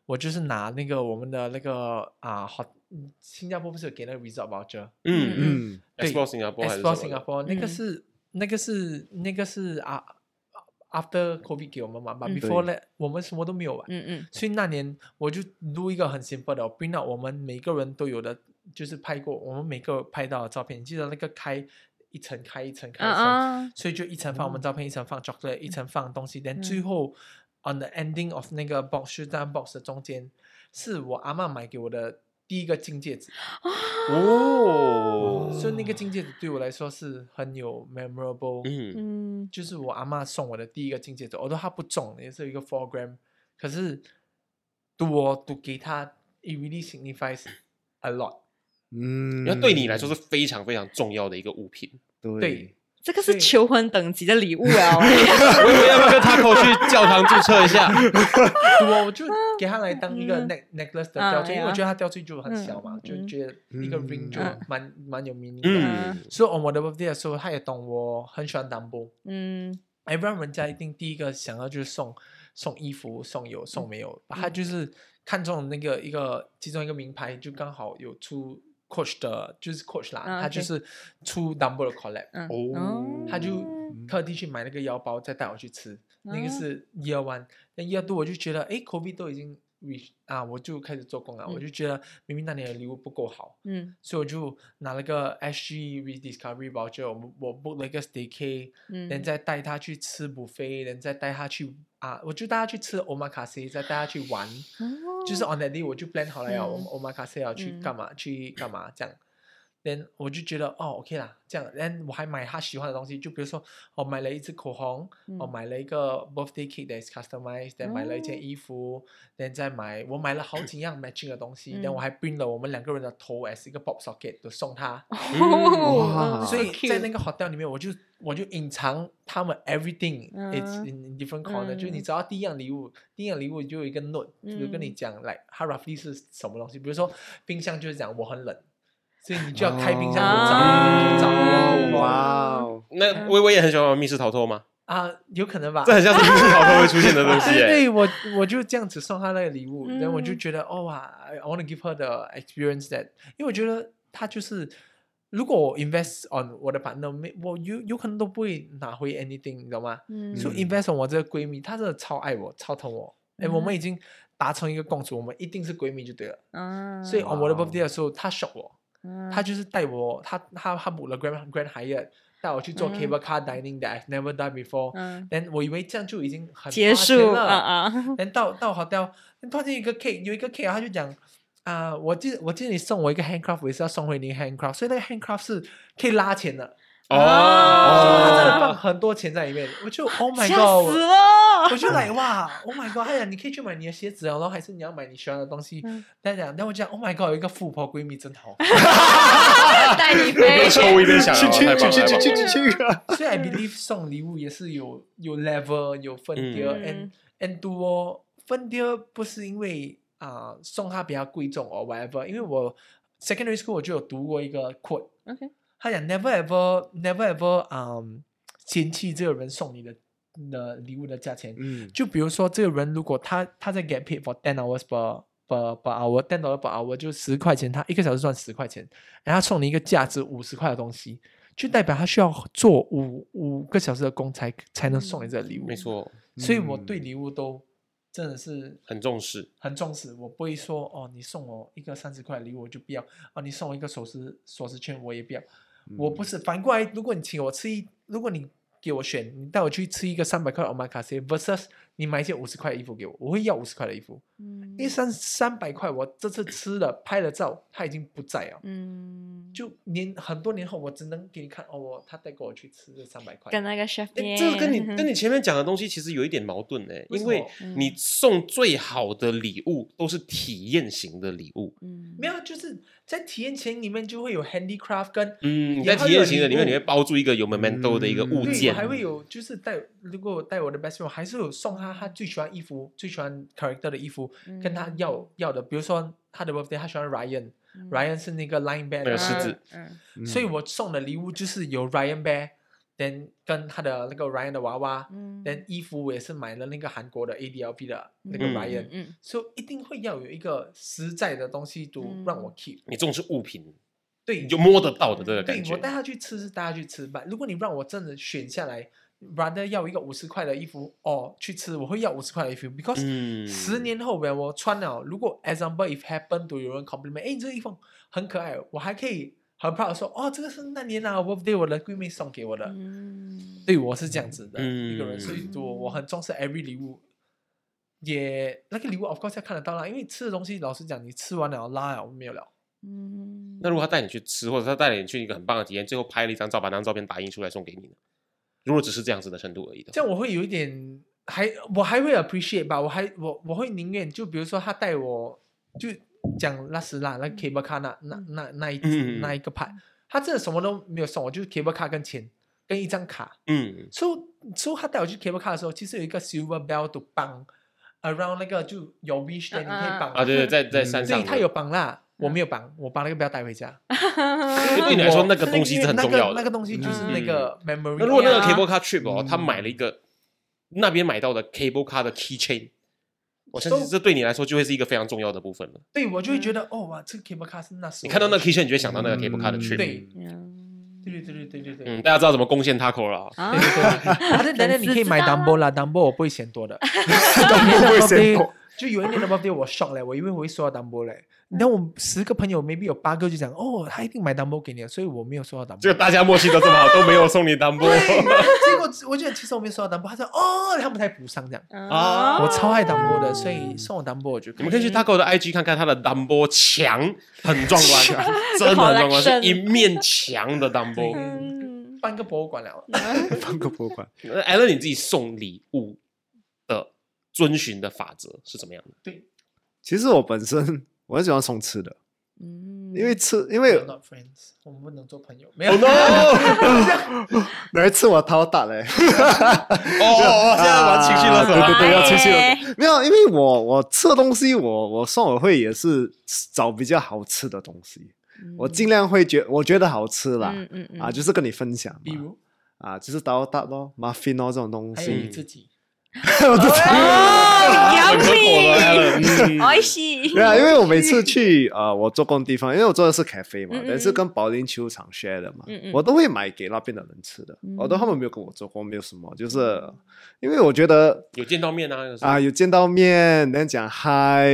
[SPEAKER 2] 我就是拿那个我们的那个啊好、嗯新加坡不是有给那个 resort voucher
[SPEAKER 3] 嗯啊
[SPEAKER 4] 嗯
[SPEAKER 2] 对啊
[SPEAKER 3] ，Explore Singapore 还是什
[SPEAKER 2] Explore
[SPEAKER 3] 么的？
[SPEAKER 2] Singapore 那个
[SPEAKER 1] 嗯
[SPEAKER 2] 是、那个是那个是啊 after COVID 给我们嘛，but
[SPEAKER 1] 嗯
[SPEAKER 2] before
[SPEAKER 4] 对
[SPEAKER 2] that 我们什么都没有玩，
[SPEAKER 1] 嗯嗯
[SPEAKER 2] 所以那年我就录一个很 simple 的，我 print out 我们每个人都有的，就是拍过我们每个拍到的照片。你记得那个开一层开一层开一层，
[SPEAKER 1] 啊啊
[SPEAKER 2] 所以就一层放我们照片，一层放 chocolate，一层放东西。但最后 on the ending of 那个 box 是在 box 的中间，是我阿嬷买给我的第一个金戒指，
[SPEAKER 3] 哦，
[SPEAKER 2] 所以那个金戒指对我来说是很有 memorable。
[SPEAKER 3] 嗯，
[SPEAKER 1] 嗯
[SPEAKER 2] 就是我阿嬷送我的第一个金戒指，我都它不重，也是一个 four gram，可是赌我赌给他，it really signifies a lot。
[SPEAKER 4] 嗯
[SPEAKER 3] 那对你来说是非常非常重要的一个物品。
[SPEAKER 4] 对
[SPEAKER 2] 对，
[SPEAKER 1] 这个是求婚等级的礼物哦。
[SPEAKER 3] 我以为要不要跟 Taco 去教堂注册一下？
[SPEAKER 2] 我我就给他来当一个 neck necklace 的
[SPEAKER 1] 啊嗯
[SPEAKER 2] 吊坠，因为我
[SPEAKER 1] 呀嗯
[SPEAKER 2] 觉得它吊坠就很小嘛，就觉得一个 ring 就蛮蛮有 meaning 的。
[SPEAKER 3] 嗯，
[SPEAKER 2] 所以 on 我的 birthday 的时候，他也懂我很喜欢 d u m b o
[SPEAKER 1] 嗯
[SPEAKER 2] 哎，不然人家一定第一个想要就是送送衣服、送有、
[SPEAKER 1] 嗯
[SPEAKER 2] 送没有，他就是看中那个一个其中一个名牌，就刚好有出 Coach 的，就是 Coach 啦，
[SPEAKER 1] 嗯
[SPEAKER 2] 他就
[SPEAKER 1] ，OK
[SPEAKER 2] 是出 Dumbo 的 collab，、
[SPEAKER 1] 嗯 음.
[SPEAKER 3] 哦
[SPEAKER 2] 他就特地去买那个腰包，再带我去吃，那个
[SPEAKER 1] 哦
[SPEAKER 2] 是 Year One，那 Year Two 我就觉得，哎，COVID 都已经 reach 啊，我就开始做工了，我
[SPEAKER 1] 嗯
[SPEAKER 2] 就觉得明明那年的礼物不够好，
[SPEAKER 1] 嗯
[SPEAKER 2] 所以我就拿了个 SG Rediscovery voucher，我们我 book 了一个 staycay，
[SPEAKER 1] 嗯
[SPEAKER 2] 然后再带他去吃 buffet，然后再带他去啊，我就带他去吃 omakase，再带他去玩，就是 on that day 我就 plan 好了呀，我们 omakase 要去干嘛、去干嘛这样。then 我就觉得哦，OK 啦，这样，then 我还买他喜欢的东西，就比如说我买了一支口红，我买了一个 birthday cake that is customized，then 买了一件衣服，then 再买我买了好几样 matching 的东西，then 我还 print 了我们两个人的头 as 一个 pop socket 都送他，
[SPEAKER 1] 哦，
[SPEAKER 2] 所以在那个
[SPEAKER 1] 个
[SPEAKER 2] hotel 里面，我就我就隐藏他们 everything is
[SPEAKER 1] 嗯
[SPEAKER 2] in different corner，、
[SPEAKER 1] 嗯
[SPEAKER 2] 就是你只要第一样礼物，第一样礼物就有一个 note，就跟你
[SPEAKER 1] 嗯
[SPEAKER 2] 讲，like 它 roughly 是什么东西，比如说冰箱就是讲我很冷，所以你就要开冰箱去找、
[SPEAKER 1] 哦
[SPEAKER 2] 去找我我
[SPEAKER 4] 哇哦，
[SPEAKER 3] 那微微也很喜欢玩密室逃脱吗？
[SPEAKER 2] 啊，有可能吧
[SPEAKER 3] 这。很像是密室逃脱会出现的东 西
[SPEAKER 2] 对
[SPEAKER 3] 耶。
[SPEAKER 2] 哎对，我我就这样子送他那个礼物，然后我就
[SPEAKER 1] 嗯
[SPEAKER 2] 觉得，哦哇，I want to give her the experience that，因为我觉得他就是，如果我 invest on 我的 partner，没我有有可能都不会拿回 anything，你懂吗？
[SPEAKER 1] 嗯
[SPEAKER 2] 所以 invest on 我这个闺蜜，她真的超爱我，超疼我。哎、
[SPEAKER 1] 嗯
[SPEAKER 2] 我们已经达成一个共识，我们一定是闺蜜就对了。
[SPEAKER 1] 嗯
[SPEAKER 2] 所以 on 我的
[SPEAKER 4] 哇哦
[SPEAKER 2] birthday 的时候，她 shock 我，她就是带我，她她她补了 grand grand Hyatt，带我去做 cable car dining that I've never done before、
[SPEAKER 1] 嗯
[SPEAKER 2] then 我以为这样就已经很
[SPEAKER 1] 结
[SPEAKER 2] 花钱
[SPEAKER 1] 束
[SPEAKER 2] 了。
[SPEAKER 1] 啊啊，
[SPEAKER 2] then 哎到到 hotel，突然间有一个 cake，有一个 cake，她就讲啊、我记得我记得你送我一个 handcraft，我也是要送回你一个 handcraft，所以那个 handcraft 是可以拉钱的。他真的
[SPEAKER 3] 哦，
[SPEAKER 2] 放很多钱在里面，我就 Oh my
[SPEAKER 1] 吓
[SPEAKER 2] God！
[SPEAKER 1] 死
[SPEAKER 2] 我
[SPEAKER 1] 了
[SPEAKER 2] 我！就来哇，Oh my god！他讲你可以去买你的鞋子哦，然后还是你要买你喜欢的东西。
[SPEAKER 1] 嗯
[SPEAKER 2] 他讲，但我讲 Oh my god，有一个富婆闺蜜真好，
[SPEAKER 1] 带你飞，
[SPEAKER 3] 抽一边想，
[SPEAKER 4] 去去
[SPEAKER 3] 太棒
[SPEAKER 4] 去
[SPEAKER 3] 了太
[SPEAKER 4] 去
[SPEAKER 3] 棒
[SPEAKER 4] 去
[SPEAKER 3] 了
[SPEAKER 4] 去去去！
[SPEAKER 2] 所以 I believe 送礼物也是有有 level 有分
[SPEAKER 3] 嗯
[SPEAKER 2] tier、
[SPEAKER 1] 嗯
[SPEAKER 2] and and 多分 tier 不是因为啊、送它比较贵重 or whatever，因为我 secondary school 我就有读过一个 quote，
[SPEAKER 1] OK
[SPEAKER 2] 他讲 never ever never ever 嗯、嫌弃这个人送你的你的礼物的价钱，
[SPEAKER 4] 嗯
[SPEAKER 2] 就比如说，这个人如果他他在 get paid for ten hours per per per hour ten dollar per hour 就十块钱，他一个小时赚十块钱，然后他送你一个价值五十块的东西，就代表他需要做五五个小时的工才才能送你这个礼物。
[SPEAKER 3] 没，错，嗯
[SPEAKER 2] 所以我对礼物都真的是
[SPEAKER 3] 很重视。
[SPEAKER 2] 很重视，我不会说哦，你送我一个三十块的礼物我就不要，哦，你送我一个首饰首饰圈我也不要。我
[SPEAKER 3] 嗯
[SPEAKER 2] 不是反过来，如果你请我吃一，如果你给我选，你带我去吃一个三百块的 omakase versus 你买一件五十块的衣服给我，我会要五十块的衣服，
[SPEAKER 1] 嗯
[SPEAKER 2] 因为三三百块我这次吃了拍了照，它已经不在啊，
[SPEAKER 1] 嗯，
[SPEAKER 2] 就年很多年后我只能给你看哦，我他带过我去吃这三百块，
[SPEAKER 1] 跟那个 chef
[SPEAKER 3] 诶
[SPEAKER 1] 面，
[SPEAKER 3] 这个跟你跟你前面讲的东西其实有一点矛盾呢，
[SPEAKER 2] 嗯为什
[SPEAKER 3] 因
[SPEAKER 2] 么嗯
[SPEAKER 3] 为你送最好的礼物都是体验型的礼物。
[SPEAKER 1] 嗯
[SPEAKER 2] 没有，啊就是在体验前里面就会有 handicraft 跟
[SPEAKER 3] 嗯，你在
[SPEAKER 2] 然后
[SPEAKER 3] 体
[SPEAKER 2] 有
[SPEAKER 3] 验型的里面，
[SPEAKER 2] 礼
[SPEAKER 3] 你
[SPEAKER 2] 物
[SPEAKER 3] 会包住一个有 memento 的一个嗯物
[SPEAKER 2] 对，
[SPEAKER 3] 件
[SPEAKER 2] 我，还会有就是带，如果我带我的 best friend，我还是有送他他最喜欢衣服、最喜欢 character 的衣服，
[SPEAKER 1] 嗯
[SPEAKER 2] 跟他要、要的，比如说他的 birthday，他喜欢 Ryan，Ryan、Ryan 是那个 Lion Bear
[SPEAKER 3] 那
[SPEAKER 2] 的啊
[SPEAKER 3] 个狮子，
[SPEAKER 1] 嗯
[SPEAKER 2] 所以我送的礼物就是有 Ryan Bear，then 跟他的那个 Ryan 的娃娃，
[SPEAKER 1] 嗯
[SPEAKER 2] then 衣服我也是买了那个韩国的 ADLB 的那
[SPEAKER 1] 네,
[SPEAKER 2] 个
[SPEAKER 3] 嗯
[SPEAKER 2] Ryan，
[SPEAKER 1] 嗯嗯
[SPEAKER 2] 所以一定会要有一个实在的东西都
[SPEAKER 1] 嗯
[SPEAKER 2] 让我 keep，、
[SPEAKER 3] 你重视物品，
[SPEAKER 2] 对，
[SPEAKER 3] 你就摸得到的这个
[SPEAKER 2] 对
[SPEAKER 3] 感
[SPEAKER 2] 我
[SPEAKER 3] 觉。
[SPEAKER 2] 带他去吃是带他去吃吧。如果你让我真的选下来，rather 要一个五十块的衣服哦去吃，我会要五十块的衣服，because、
[SPEAKER 3] 嗯
[SPEAKER 2] 十年后 when 我穿了，如果 example if happen to 有人 compliment，哎，你这个衣服很可爱，我还可以很 proud 地说，哦，这个是那年啊 birthday 我的闺蜜送给我的。
[SPEAKER 1] 嗯
[SPEAKER 2] 对我是这样子的
[SPEAKER 3] 嗯
[SPEAKER 2] 一个人，所以我我很重视 every 礼物，也那个礼物 of course 要看得到啦，因为吃的东西老实讲，你吃完了拉了没有了，
[SPEAKER 1] 嗯，
[SPEAKER 3] 那如果他带你去吃，或者他带你去一个很棒的体验，最后拍了一张照，把那张照片打印出来送给你呢？如果只是这样子的程度而已的话，
[SPEAKER 2] 这样我会有一点还我还会 appreciate 吧，我还我我会宁愿就比如说他带我就讲拉斯拉那个 cable car 那那那那一、
[SPEAKER 3] 嗯
[SPEAKER 2] 那一个 part，他真的什么都没有送我，就是 cable car 跟钱，跟一张卡。
[SPEAKER 3] 嗯，
[SPEAKER 2] 所以所以他带我去 cable car 的时候，其实有一个 silver bell 都绑 around 那个就有 wish 的，你可以绑
[SPEAKER 3] 啊，对对，在在山
[SPEAKER 2] 所以
[SPEAKER 3] 上，
[SPEAKER 2] 他有绑啦，
[SPEAKER 3] 嗯
[SPEAKER 2] 我没有绑，我把那个 bell 带回家。
[SPEAKER 3] 对你来说那个东西
[SPEAKER 2] 因为
[SPEAKER 3] 是很
[SPEAKER 2] 那
[SPEAKER 3] 重
[SPEAKER 2] 个
[SPEAKER 3] 要
[SPEAKER 2] 那个
[SPEAKER 3] 的。
[SPEAKER 2] 东西就是
[SPEAKER 3] 嗯
[SPEAKER 2] 那个 memory。
[SPEAKER 3] 那如果那个
[SPEAKER 1] 对啊
[SPEAKER 3] cable car trip 哦，他买了一个那边买到的 cable car 的 keychain，我相信这对你来说就会是一个非常重要的部分了。
[SPEAKER 2] 对我就会觉得
[SPEAKER 3] 嗯
[SPEAKER 2] 哦哇，这个 cable car 是那时候
[SPEAKER 3] 你看到那个 keychain，你就会想到那个 cable car 的 trip。
[SPEAKER 2] 对
[SPEAKER 1] 嗯
[SPEAKER 2] 对对对对对对对
[SPEAKER 3] 嗯，。大家知道怎么攻陷 taco 了啊。
[SPEAKER 2] 아.
[SPEAKER 1] 啊，
[SPEAKER 2] 啊，对，等等，你可以买 Dumbo 啦，Dumbo 我不会嫌多 的，Dumbo
[SPEAKER 4] 不会嫌多。
[SPEAKER 2] 就有一年的 birthday 我 shock 嘞，我以为我会收到 Dumbo 嘞，然后我十个朋友 maybe 有八个就讲哦，他一定买 Dumbo 给你，所以我没有收到 Dumbo。
[SPEAKER 3] 这个大家默契都这么好，都没有送你单波。
[SPEAKER 2] 对，结果我觉得其实我没有收到 Dumbo，他说哦，他们才补上这样。
[SPEAKER 1] 아.
[SPEAKER 3] 啊
[SPEAKER 2] 我
[SPEAKER 1] 어,
[SPEAKER 2] 超爱 Dumbo 的，所以送我 Dumbo 我就
[SPEAKER 3] 你们可以去 Taco 的 IG 看看他的单波墙，很壮观，真的很壮观，
[SPEAKER 1] Collection
[SPEAKER 3] 是一面墙的单波。
[SPEAKER 1] 嗯
[SPEAKER 2] 办个博物馆了。
[SPEAKER 4] 放个博物馆，
[SPEAKER 3] 艾伦，你自己送礼物的遵循的法则是怎么样的？
[SPEAKER 4] 其实我本身我很喜欢送吃的，
[SPEAKER 1] 嗯
[SPEAKER 4] 因为吃，因
[SPEAKER 2] We're
[SPEAKER 4] 为
[SPEAKER 2] not friends，我们不能做朋友。没有
[SPEAKER 4] 哪一次我掏打 嘞，啊
[SPEAKER 3] 哦哦，现在玩情绪勒索啊
[SPEAKER 4] 对对对，
[SPEAKER 3] 了。
[SPEAKER 4] 要情绪勒索。
[SPEAKER 1] 哎
[SPEAKER 4] 没有，因为我我吃的东西，我我送我会也是找比较好吃的东西，我尽量会觉我觉得好吃啦，
[SPEAKER 1] 嗯嗯嗯
[SPEAKER 4] 啊，就是跟你分享嘛，
[SPEAKER 2] 比如
[SPEAKER 4] 啊，就是刀大咯、muffin 咯这种东
[SPEAKER 2] 还有你
[SPEAKER 3] 哎
[SPEAKER 4] 西，
[SPEAKER 2] 自己，
[SPEAKER 1] 아. 哦，你
[SPEAKER 3] 很可口了
[SPEAKER 1] yummy，
[SPEAKER 3] ，Alan，嗯
[SPEAKER 1] 美味しい
[SPEAKER 4] 对啊，因为我每次去呃我做工的地方，因为我做的是 cafe 嘛
[SPEAKER 1] 嗯嗯，
[SPEAKER 4] 但是跟保龄球场 share 的嘛
[SPEAKER 1] 嗯嗯，
[SPEAKER 4] 我都会买给那边的人吃的，我都他们没有跟我做过，没有什么，就是因为我觉得
[SPEAKER 3] 有见到面啊？有时候
[SPEAKER 4] 啊，有见到面，能讲嗨，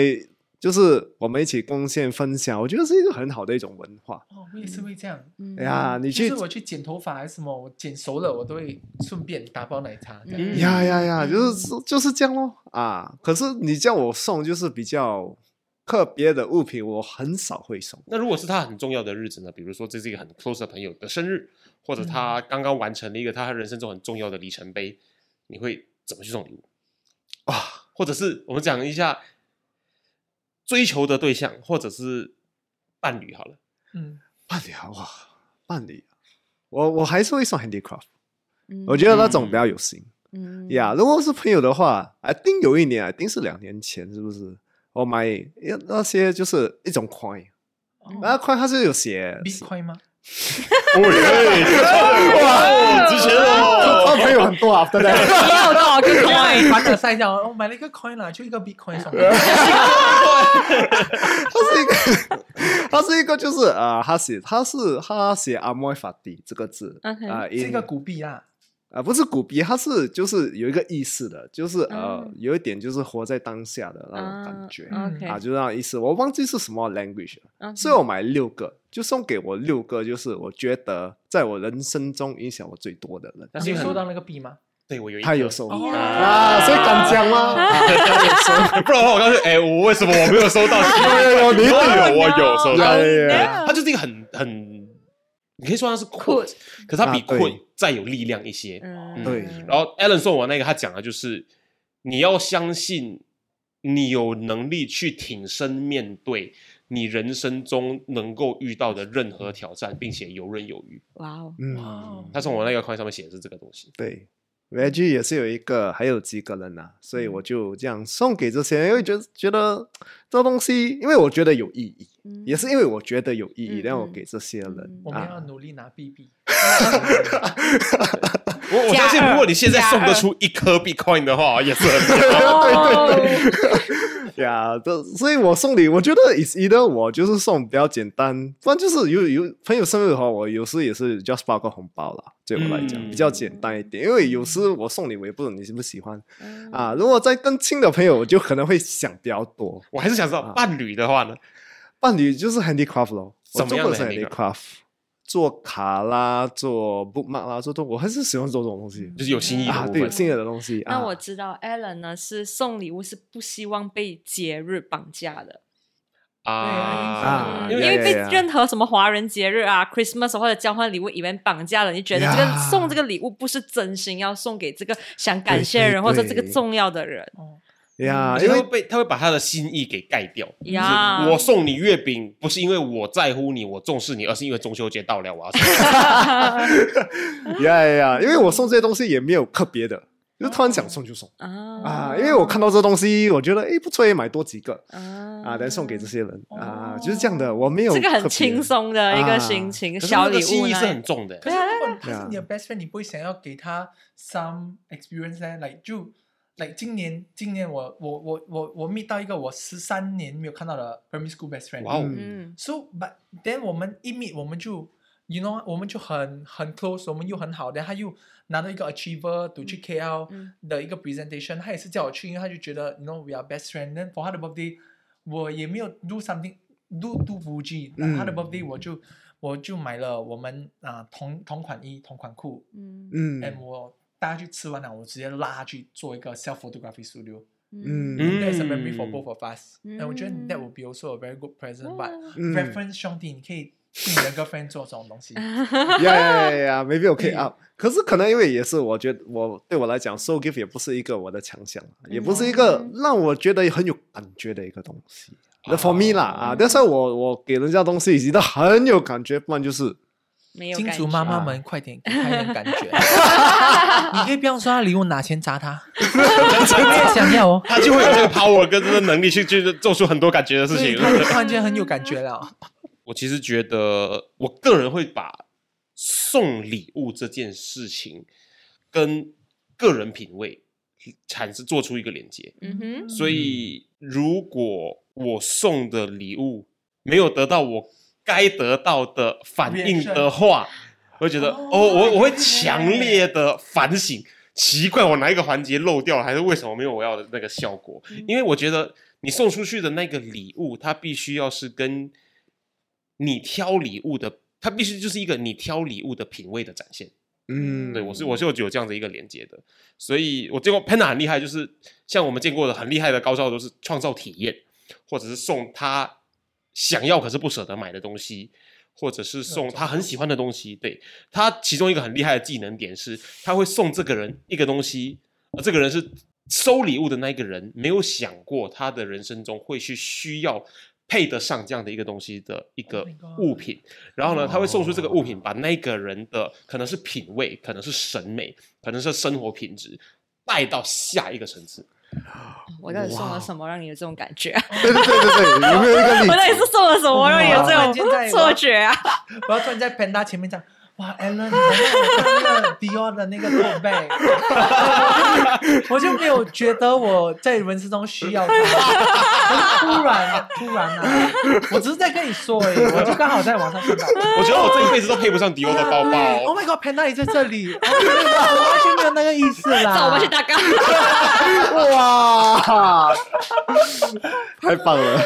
[SPEAKER 4] 就是我们一起贡献分享，我觉得是一个很好的一种文化。
[SPEAKER 2] 哦，我也是会这样。
[SPEAKER 4] 哎呀，你
[SPEAKER 2] 就
[SPEAKER 4] 去
[SPEAKER 2] 是，我去剪头发还是什么，我剪熟了，我都会顺便打包奶茶。这样
[SPEAKER 3] 嗯
[SPEAKER 4] 呀呀呀，就是就是这样咯啊。可是你叫我送，就是比较特别的物品，我很少会送。
[SPEAKER 3] 那如果是他很重要的日子呢？比如说这是一个很 close 的朋友的生日，或者他
[SPEAKER 4] 嗯
[SPEAKER 3] 刚刚完成了一个他人生中很重要的里程碑，你会怎么去送礼物？
[SPEAKER 4] 哇
[SPEAKER 3] 或者是我们讲一下追求的对象，或者是伴侣好了。
[SPEAKER 2] 嗯，
[SPEAKER 4] 伴侣啊，哇，伴侣啊，我我还是会送 handicraft，我觉得那种比较有型。
[SPEAKER 1] 嗯
[SPEAKER 4] 呀如果是朋友的话，I think 有一年，I think 是两年前，是不是？我买那那些就是一种 coin，那 coin 它是有写
[SPEAKER 2] Bitcoin 吗？
[SPEAKER 5] 哇，值钱哦！
[SPEAKER 4] 他朋友很多啊，对不对？
[SPEAKER 1] 要多少个 coin？
[SPEAKER 2] 凡尔赛这样，我买了一个 coin 啦，就一个 Bitcoin 送你。
[SPEAKER 4] 它是一个，它是一个，就是啊，呃他写他是他写阿莫法蒂这个字啊
[SPEAKER 1] OK，
[SPEAKER 4] 呃
[SPEAKER 2] 是一
[SPEAKER 4] in-
[SPEAKER 2] 个古币啦。
[SPEAKER 4] 啊，不是古币，它是就是有一个意思的，就是呃，有一点就是活在当下的那种感觉
[SPEAKER 1] 啊，OK 嗯
[SPEAKER 4] 啊，就是那种意思。我忘记是什么 language 了，
[SPEAKER 1] OK
[SPEAKER 4] 所以我买六个，就送给我六个，就是我觉得在我人生中影响我最多的人。
[SPEAKER 3] 但是
[SPEAKER 2] 你
[SPEAKER 3] 因
[SPEAKER 2] 有
[SPEAKER 3] 为
[SPEAKER 2] 收
[SPEAKER 3] 很
[SPEAKER 2] 到那个币吗？
[SPEAKER 3] 对我有一
[SPEAKER 4] 他
[SPEAKER 3] 个
[SPEAKER 4] 有 收
[SPEAKER 2] 哦
[SPEAKER 4] 啊，所以敢讲吗？啊
[SPEAKER 3] 不然的话我告诉你，哎，我为什么我没有收 到？
[SPEAKER 4] 有有啊你一定
[SPEAKER 3] 我 有，我有收到。
[SPEAKER 4] 对
[SPEAKER 3] 对，
[SPEAKER 1] Yeah
[SPEAKER 3] 它就是一个很很，你可以说它是
[SPEAKER 1] Quote
[SPEAKER 3] quote，可是它比
[SPEAKER 4] 啊对
[SPEAKER 3] quote 再有力量一些。
[SPEAKER 1] 嗯
[SPEAKER 4] 对
[SPEAKER 3] 然后 Alan 送我那个，他讲的就是你要相信你有能力去挺身面对你人生中能够遇到的任何挑战，并且游刃有余。
[SPEAKER 1] 哇哦，
[SPEAKER 4] 嗯，
[SPEAKER 3] 他送我那个框上面写的是这个东西。
[SPEAKER 4] 对。Reggie 也是有一个，还有几个人呐、啊所
[SPEAKER 1] 嗯
[SPEAKER 4] 以我就这样送给这些人，因为觉得觉得这东西，因为我觉得有意义，也是因为我觉得有意义，
[SPEAKER 1] 嗯
[SPEAKER 4] 让我
[SPEAKER 1] 嗯
[SPEAKER 4] 给这些人、
[SPEAKER 2] 我们要
[SPEAKER 4] 啊。
[SPEAKER 2] 努力拿币币。
[SPEAKER 3] 我我
[SPEAKER 1] 加
[SPEAKER 3] 相信，
[SPEAKER 1] 二
[SPEAKER 3] 如果你现在送得出一颗 Bitcoin 的话，也是很
[SPEAKER 4] 哦
[SPEAKER 3] 厉害
[SPEAKER 4] 呀，啊这所以我送礼，我觉得 is either 我就是送比较简单，不然就是有有朋友生日的话，我有时也是 just 包个红包啦，对我来讲、
[SPEAKER 3] 嗯
[SPEAKER 4] 比较简单一点，因为有时我送礼，我也不懂你喜不喜欢、
[SPEAKER 1] 嗯
[SPEAKER 4] 啊。如果在更亲的朋友，我就可能会想比较多。
[SPEAKER 3] 我还是想知
[SPEAKER 4] 啊
[SPEAKER 3] 道伴侣的话呢？
[SPEAKER 4] 伴侣就是 handicraft 咯，
[SPEAKER 3] 怎么样的
[SPEAKER 4] 我做过是 handicraft？做卡啦，做 bookmark 啦，做做，我还是喜欢做这种东西
[SPEAKER 3] 就是有心意的
[SPEAKER 4] 啊，
[SPEAKER 3] 部
[SPEAKER 4] 对，有
[SPEAKER 3] 分。
[SPEAKER 4] 新的东西啊。
[SPEAKER 1] 那我知道 Alan 呢是送礼物是不希望被节日绑架的，
[SPEAKER 3] 啊
[SPEAKER 4] 啊
[SPEAKER 1] 因
[SPEAKER 4] 呀
[SPEAKER 1] 为
[SPEAKER 4] 呀
[SPEAKER 1] 被
[SPEAKER 4] 呀
[SPEAKER 1] 任何什么华人节日啊、Christmas 或者交换礼物 event 绑架了，你觉得这个
[SPEAKER 4] 呀
[SPEAKER 1] 送这个礼物不是真心要送给这个想感谢
[SPEAKER 4] 对哦
[SPEAKER 1] 人或者
[SPEAKER 4] 对
[SPEAKER 1] 这个重要的人，
[SPEAKER 4] 呀，
[SPEAKER 1] 嗯
[SPEAKER 3] 因
[SPEAKER 4] 啊因
[SPEAKER 3] 为
[SPEAKER 4] 为
[SPEAKER 3] 被他会把他的心意给盖掉。
[SPEAKER 1] 呀，
[SPEAKER 3] 我送你月饼，不是因为我在乎你，我重视你，而是因为中秋节到了，我要送你。
[SPEAKER 4] 呀呀呀，因为我送这些东西也没有特别的，
[SPEAKER 1] 哦
[SPEAKER 4] 就是突然想送就送
[SPEAKER 1] 啊
[SPEAKER 4] 啊，因为我看到这东西，我觉得诶不错，也买多几个
[SPEAKER 1] 啊
[SPEAKER 4] 啊，来送给这些人啊，就是这样的，我没有
[SPEAKER 1] 这个
[SPEAKER 4] 特
[SPEAKER 1] 很
[SPEAKER 4] 别
[SPEAKER 1] 轻松的一
[SPEAKER 4] 啊
[SPEAKER 1] 个心情，
[SPEAKER 3] 可 是
[SPEAKER 1] 小
[SPEAKER 3] 那
[SPEAKER 1] 礼
[SPEAKER 3] 个
[SPEAKER 1] 物
[SPEAKER 3] 心意
[SPEAKER 1] 呢
[SPEAKER 3] 是很重的。
[SPEAKER 2] 可是如果他是
[SPEAKER 4] 啊
[SPEAKER 2] 你的 best friend，你不会想要给他 some experience 呢？来就来今年，今年我我我我我 meet 到一个我十三年没有看到的 primary school best friend。
[SPEAKER 3] 哇哦，
[SPEAKER 1] 嗯
[SPEAKER 2] So but then 我们一 meet 我们就，you know，我们就很很 close，我们又很好。然后他又拿到一个 achiever to 去 KL
[SPEAKER 1] 嗯
[SPEAKER 2] 的一个 presentation，、他也是叫我去，因为他就觉得，you know we are best friend。Then for 他的 birthday，我也没有 do something do do Fuji，、
[SPEAKER 4] 嗯
[SPEAKER 2] 他的 birthday 我就我就买了我们啊、同同款衣同款裤、
[SPEAKER 1] 嗯
[SPEAKER 4] 嗯
[SPEAKER 3] 哎
[SPEAKER 2] a n d 我大家去吃完了，我直接拉他去做一个 self photography studio。
[SPEAKER 4] mm,
[SPEAKER 1] 嗯
[SPEAKER 4] 嗯
[SPEAKER 2] That's a memory for
[SPEAKER 3] 嗯
[SPEAKER 2] both of us，and 我觉得 that will be also a very good present，but
[SPEAKER 4] 嗯
[SPEAKER 2] reference 兄弟，你可以对你的 girlfriend 做这种 东西。
[SPEAKER 4] 呀呀呀呀，maybe OK
[SPEAKER 2] 嗯
[SPEAKER 4] 啊。可是可能因为也是，我觉得我对我来讲，so gift 也不是一个我的强项，啊也不是一个让我觉得很有感觉的一个东西。那 for me 啦啊，但是我我给人家东西已经都很有感觉，不然就是
[SPEAKER 1] 没有
[SPEAKER 2] 金
[SPEAKER 1] 感
[SPEAKER 2] 主
[SPEAKER 1] 觉
[SPEAKER 2] 妈妈们，快点给他一点感 觉。你可以不用说他礼物，拿钱砸 他。我也想 要哦。
[SPEAKER 3] 他就会有这个 power 跟这个能力去去做出很多感觉的事
[SPEAKER 2] 对
[SPEAKER 3] 情。
[SPEAKER 2] 他就突然间很有感觉了。
[SPEAKER 3] 我其实觉得，我个人会把送礼物这件事情跟个人品味产生做出一个连接。
[SPEAKER 1] 嗯哼，
[SPEAKER 3] 所以，如果我送的礼物没有得到我该得到的反应的话，我会觉得哦，我我会强烈的反省，奇怪，我哪一个环节漏掉了，还是为什么没有我要的那个效果？因为我觉得你送出去的那个礼物，它必须要是跟你挑礼物的，它必须就是一个你挑礼物的品味的展现。
[SPEAKER 4] 嗯，
[SPEAKER 3] 对，我是我是有有这样子一个连接的，所以我见过 Penna 很厉害，就是像我们见过的很厉害的高校都是创造体验，或者是送他想要可是不舍得买的东西，或者是送他很喜欢的东西。对他其中一个很厉害的技能点是，他会送这个人一个东西，而这个人是收礼物的那一个人，没有想过他的人生中会去需要配得上这样的一个东西的一个
[SPEAKER 2] Oh my god
[SPEAKER 3] 物品。然后呢，他会送出这个物品，把那个人的可能是品味，可能是审美，可能是生活品质带到下一个层次。
[SPEAKER 1] 我到底送了什么让你有这种感觉啊？
[SPEAKER 4] 对对对对对，有没有 一
[SPEAKER 1] 我
[SPEAKER 4] 个例
[SPEAKER 1] 到底
[SPEAKER 4] 子？
[SPEAKER 1] 是送了什么让你有
[SPEAKER 2] 哇突然间
[SPEAKER 1] 这
[SPEAKER 2] 在
[SPEAKER 1] 种错觉啊？
[SPEAKER 2] 我要突然在 Panda 前面讲，哇，Alan，你看那个 Dior 的那个 tote bag，我就没有觉得我在人生中需要它。我就突然，突然啊，我只是在跟你说而已，我就刚好在网上看到。Oh
[SPEAKER 3] 我觉得我这一辈子都配不上迪欧的包
[SPEAKER 2] 对
[SPEAKER 3] 包
[SPEAKER 2] ，Oh。my God，Panda 也在这里，哦我完全没有那个意思啦。
[SPEAKER 1] 走，我们去打卡。
[SPEAKER 4] 哇，太棒了！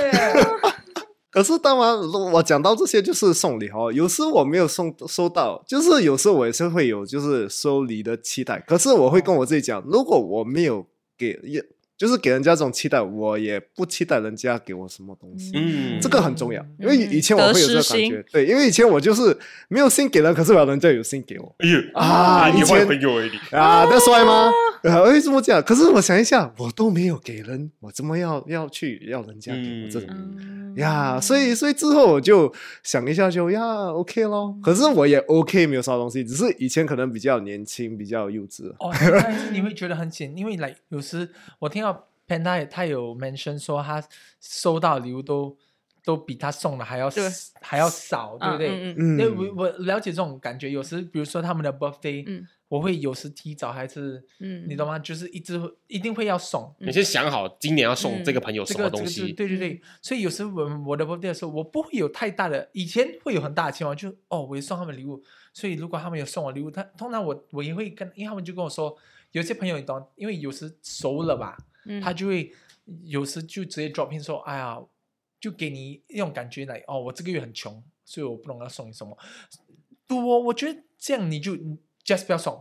[SPEAKER 4] 可是当然，我讲到这些就是送礼哦。有时我没有送收到，就是有时我也是会有就是收礼的期待。可是我会跟我自己讲，如果我没有给，也就是给人家这种期待，我也不期待人家给我什么东西。
[SPEAKER 3] 嗯，
[SPEAKER 4] 这个很重要，因为以前我
[SPEAKER 1] 得
[SPEAKER 4] 会有这个
[SPEAKER 1] 失
[SPEAKER 4] 感
[SPEAKER 1] 心
[SPEAKER 4] 觉，对，因为以前我就是没有心给人，可是我要人家有心给我
[SPEAKER 3] 哎呦
[SPEAKER 4] 啊
[SPEAKER 3] 你
[SPEAKER 4] 以
[SPEAKER 3] 坏
[SPEAKER 4] 前
[SPEAKER 3] 朋友而已。
[SPEAKER 4] 啊，那帅吗？啊，为什么这样？可是我想一下，我都没有给人，我怎么要要去要人
[SPEAKER 2] 嗯
[SPEAKER 4] 家给我这种？呀，所以所以之后我就想一下就，呀 OK 咯。可是我也 OK 没有烧东西，只是以前可能比较年轻，比较幼稚。
[SPEAKER 2] 哦，但是你会觉得很险，因为 like 有时我听到 Panda 也他有 mention 说他收到的礼物都都比他送的还要
[SPEAKER 1] 对
[SPEAKER 2] 还要少，对不对？
[SPEAKER 1] 嗯嗯
[SPEAKER 4] 嗯，
[SPEAKER 2] 对，我我了解这种感觉。有时比如说他们的 birthday，、
[SPEAKER 1] 嗯
[SPEAKER 2] 我会有时提早还是，
[SPEAKER 1] 嗯
[SPEAKER 2] 你懂吗？就是一直会一定会要送。
[SPEAKER 3] 嗯你先想好今年要
[SPEAKER 1] 嗯
[SPEAKER 3] 送这个朋友
[SPEAKER 2] 这
[SPEAKER 3] 什
[SPEAKER 2] 个
[SPEAKER 3] 么
[SPEAKER 2] 这
[SPEAKER 3] 东
[SPEAKER 2] 个就
[SPEAKER 3] 西，
[SPEAKER 2] 对对对，所以有时我我的 birthday 的时候，我不会有太大的，以前会有很大的期望，就哦，我也送他们礼物，所以如果他们有送我礼物，他通常我我也会跟，因为他们就跟我说，有些朋友你懂，因为有时熟了吧，
[SPEAKER 1] 嗯
[SPEAKER 2] 他就会有时就直接 drop in 说，哎呀，就给你一种感觉来，哦，我这个月很穷，所以我不懂要送你什么，对我我觉得这样你就你 just 不要送，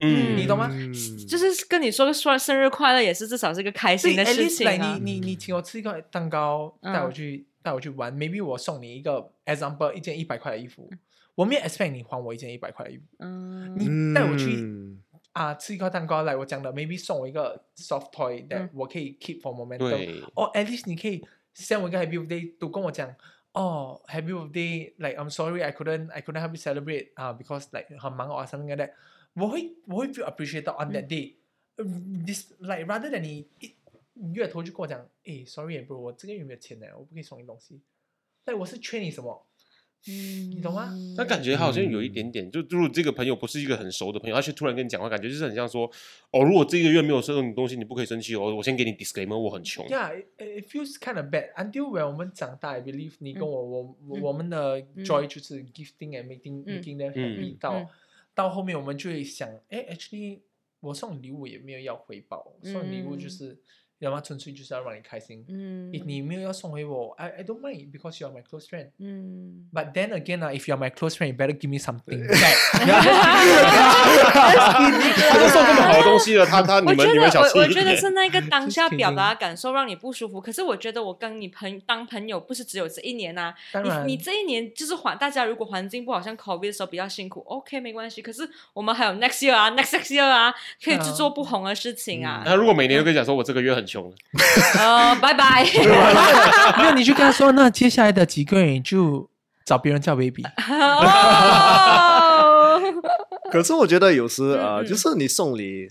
[SPEAKER 3] 嗯，
[SPEAKER 2] 你懂吗？
[SPEAKER 4] 嗯
[SPEAKER 1] 就是跟你说个说生日快乐，也是至少是一个开
[SPEAKER 2] 所
[SPEAKER 1] 心
[SPEAKER 2] 以
[SPEAKER 1] 的
[SPEAKER 2] at
[SPEAKER 1] 事
[SPEAKER 2] least
[SPEAKER 1] 情
[SPEAKER 2] like
[SPEAKER 1] 啊。
[SPEAKER 2] 你你你请我吃一个蛋糕，
[SPEAKER 1] 嗯
[SPEAKER 2] 带我去带我去玩，maybe 我送你一个 example 一件
[SPEAKER 1] 嗯
[SPEAKER 2] 一百块的衣服，我没有 expect 你还我一件一百块的衣服，
[SPEAKER 1] 嗯
[SPEAKER 2] 你带我去
[SPEAKER 4] 嗯
[SPEAKER 2] 啊，吃一块蛋糕，来我讲的，maybe 送我一个 soft toy that、
[SPEAKER 1] 嗯
[SPEAKER 2] 我可以 keep for momentum，
[SPEAKER 3] 对，
[SPEAKER 2] 哦，at least 你可以 send 我一个 happy birthday，都跟我讲，哦，happy birthday，like I'm sorry I couldn't I couldn't help you celebrate 啊、b e c a u s e like 很忙 or something like that，我会我会 feel appreciated on that day，this、like rather than 你一你越头就跟我讲，诶 s o r r y bro，我这个月没有钱呢，我不可以送你东西，那我是缺你什么，你懂吗？
[SPEAKER 3] 那感觉好像有一点点，就如果这个朋友不是一个很熟的朋友，他却突然跟你讲话，感觉就是很像说，哦，如果这个月没有收到你东西，你不可以生气哦，我先给你 disclaimer，我很
[SPEAKER 1] 嗯
[SPEAKER 3] 穷。
[SPEAKER 2] Yeah, it, it feels kind of bad until when 我们长大，I believe 你
[SPEAKER 1] 嗯
[SPEAKER 2] 跟我，我我我们的 joy 就是 gifting and making、
[SPEAKER 1] 嗯
[SPEAKER 2] making them
[SPEAKER 3] 嗯
[SPEAKER 2] happy 到、
[SPEAKER 1] 嗯
[SPEAKER 2] 到后面我们就会想，哎，actually 我送礼物也没有要回报，送礼物就是要么纯粹就是要让你开心。
[SPEAKER 1] 嗯
[SPEAKER 2] If 你没有要送回我，I I don't mind because you are my close friend.
[SPEAKER 1] 嗯，
[SPEAKER 2] But then again 啊，if you are my close friend, you better give me something back.
[SPEAKER 3] 他都送这么好的东西了，他他
[SPEAKER 1] 我
[SPEAKER 3] 你
[SPEAKER 1] 觉
[SPEAKER 3] 们
[SPEAKER 1] 得
[SPEAKER 3] 你们小气
[SPEAKER 1] 我
[SPEAKER 3] 一
[SPEAKER 1] 我
[SPEAKER 3] 点。
[SPEAKER 1] 觉得是那个当
[SPEAKER 2] Just
[SPEAKER 1] 下表达的感受让你不舒服。可是我觉得我跟你朋当朋友不是只有这一年呐、
[SPEAKER 2] 当然
[SPEAKER 1] 你你这一年就是环大家如果环境不好，像 COVID 的时候比较辛苦，OK 没关系。可是我们还有 next year 啊，next next year 啊，可以去
[SPEAKER 2] 是啊
[SPEAKER 1] 做不同的事情啊。
[SPEAKER 2] 嗯
[SPEAKER 3] 他如果每年都跟你讲说，我这个月很穷，
[SPEAKER 1] 呃，拜 拜。
[SPEAKER 2] 没有，你就跟他说，那接下来的几个月你就找别人叫 baby。
[SPEAKER 1] 哦，
[SPEAKER 4] 可是我觉得有时
[SPEAKER 1] 嗯
[SPEAKER 4] 呃，
[SPEAKER 1] 嗯
[SPEAKER 4] 就是你送礼，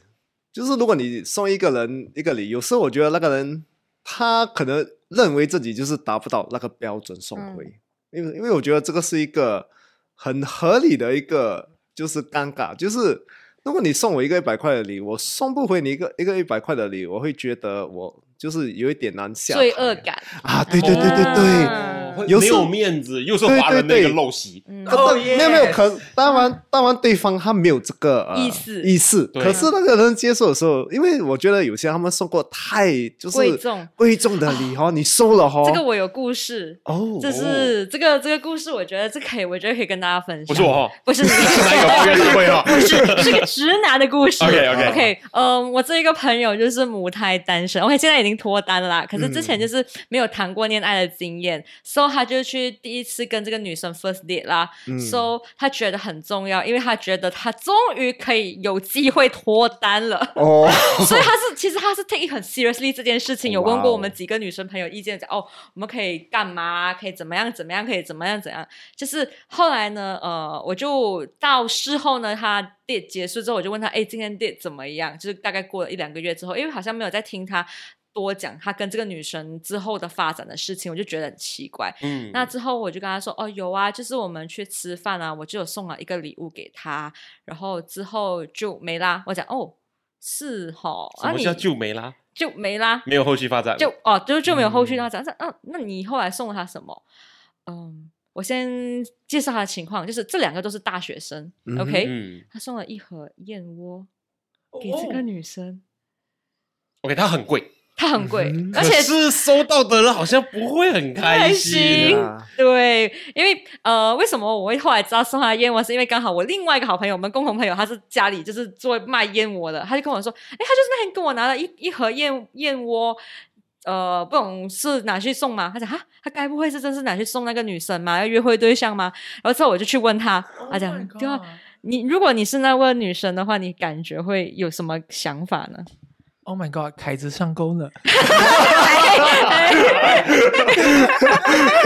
[SPEAKER 4] 就是如果你送一个人一个礼，有时候我觉得那个人他可能认为自己就是达不到那个标准送回，
[SPEAKER 1] 嗯
[SPEAKER 4] 因为因为我觉得这个是一个很合理的一个就是尴尬，就是如果你送我一个一百块的礼，我送不回你一个一个一百块的礼，我会觉得我就是有一点难下
[SPEAKER 1] 罪
[SPEAKER 4] 台
[SPEAKER 1] 恶感。
[SPEAKER 4] 啊，对对对对对。
[SPEAKER 1] 嗯
[SPEAKER 3] 哦会
[SPEAKER 4] 有
[SPEAKER 3] 没
[SPEAKER 4] 时候
[SPEAKER 3] 有面子，又是华人的
[SPEAKER 4] 对
[SPEAKER 3] 一
[SPEAKER 4] 对
[SPEAKER 3] 个
[SPEAKER 4] 对
[SPEAKER 3] 陋习。
[SPEAKER 1] 嗯
[SPEAKER 4] 可
[SPEAKER 2] 哦
[SPEAKER 4] 当没有没有
[SPEAKER 2] yes
[SPEAKER 4] 可当然当然对方他没有这个、呃、
[SPEAKER 1] 意思
[SPEAKER 4] 意思，
[SPEAKER 3] 对
[SPEAKER 4] 可是那个人接受的时候，因为我觉得有些他们送过太就是
[SPEAKER 1] 贵重
[SPEAKER 4] 贵重的礼哦，你收了哦，
[SPEAKER 1] 这个我有故事，
[SPEAKER 4] 哦，
[SPEAKER 1] 这是这个这个故事，我觉得这可以，我觉得可以跟大家分享。
[SPEAKER 3] 不是我哈，哦
[SPEAKER 1] 不是你，
[SPEAKER 3] 是哪一个约大会哈？
[SPEAKER 1] 是个直男的故事。
[SPEAKER 3] OK，OK
[SPEAKER 1] OK，嗯，我这一个朋友就是母胎单身，OK，现在已经脱单了啦，可是之前
[SPEAKER 3] 嗯
[SPEAKER 1] 就是没有谈过恋爱的经验、s o 他就去第一次跟这个女生 first date 啦、so
[SPEAKER 3] 嗯
[SPEAKER 1] 他觉得很重要，因为他觉得他终于可以有机会脱单了。
[SPEAKER 4] 哦，
[SPEAKER 1] 所以他 是其实他是 take it 很 seriously 这件事情，有问
[SPEAKER 4] 哇
[SPEAKER 1] 过
[SPEAKER 4] 哦
[SPEAKER 1] 我们几个女生朋友意见，讲哦，我们可以干嘛，可以怎么样怎么样，可以怎么样怎样。就是后来呢，呃，我就到事后呢，他 date 结束之后，我就问他，哎，今天 date 怎么样？就是大概过了一两个月之后，因为好像没有在听他。多讲他跟这个女生之后的发展的事情，我就觉得很奇怪。
[SPEAKER 3] 嗯，
[SPEAKER 1] 那之后我就跟他说，哦，有啊，就是我们去吃饭啊，我就有送了一个礼物给他，然后之后就没啦。我讲哦，是吼，
[SPEAKER 3] 什
[SPEAKER 1] 啊
[SPEAKER 3] 么
[SPEAKER 1] 你
[SPEAKER 3] 叫就没啦？
[SPEAKER 1] 就没啦，
[SPEAKER 3] 没有嗯后续发展了，
[SPEAKER 1] 就哦就就没有后续。他讲，那、啊、那你后来送了他什么？嗯，我先介绍他的情况，就是这两个都是大学生、o k
[SPEAKER 3] 嗯
[SPEAKER 1] 他送了一盒燕窝给这个女生，
[SPEAKER 3] ，OK，它很贵，
[SPEAKER 1] 它
[SPEAKER 3] 嗯
[SPEAKER 1] 很贵，而
[SPEAKER 3] 而
[SPEAKER 1] 且
[SPEAKER 3] 是收到的人好像不会很开
[SPEAKER 1] 开
[SPEAKER 3] 心
[SPEAKER 1] 心
[SPEAKER 3] 啊。
[SPEAKER 4] 啊
[SPEAKER 1] 对，因为呃，为什么我会后来知道送他燕窝，是因为刚好我另外一个好朋友，我们共同朋友，他是家里就是做卖燕窝的，他就跟我说，哎，他就是那天跟我拿了一一盒燕燕窝。呃，不懂是拿去送吗？他讲哈，他该不会是真是拿去送那个女生吗？要约会对象吗？然后之后我就去问他，他讲
[SPEAKER 2] Oh my
[SPEAKER 1] 就
[SPEAKER 2] God
[SPEAKER 1] 你如果你是那位女生的话，你感觉会有什么想法 呢？
[SPEAKER 2] Oh my god，凯子上钩了！开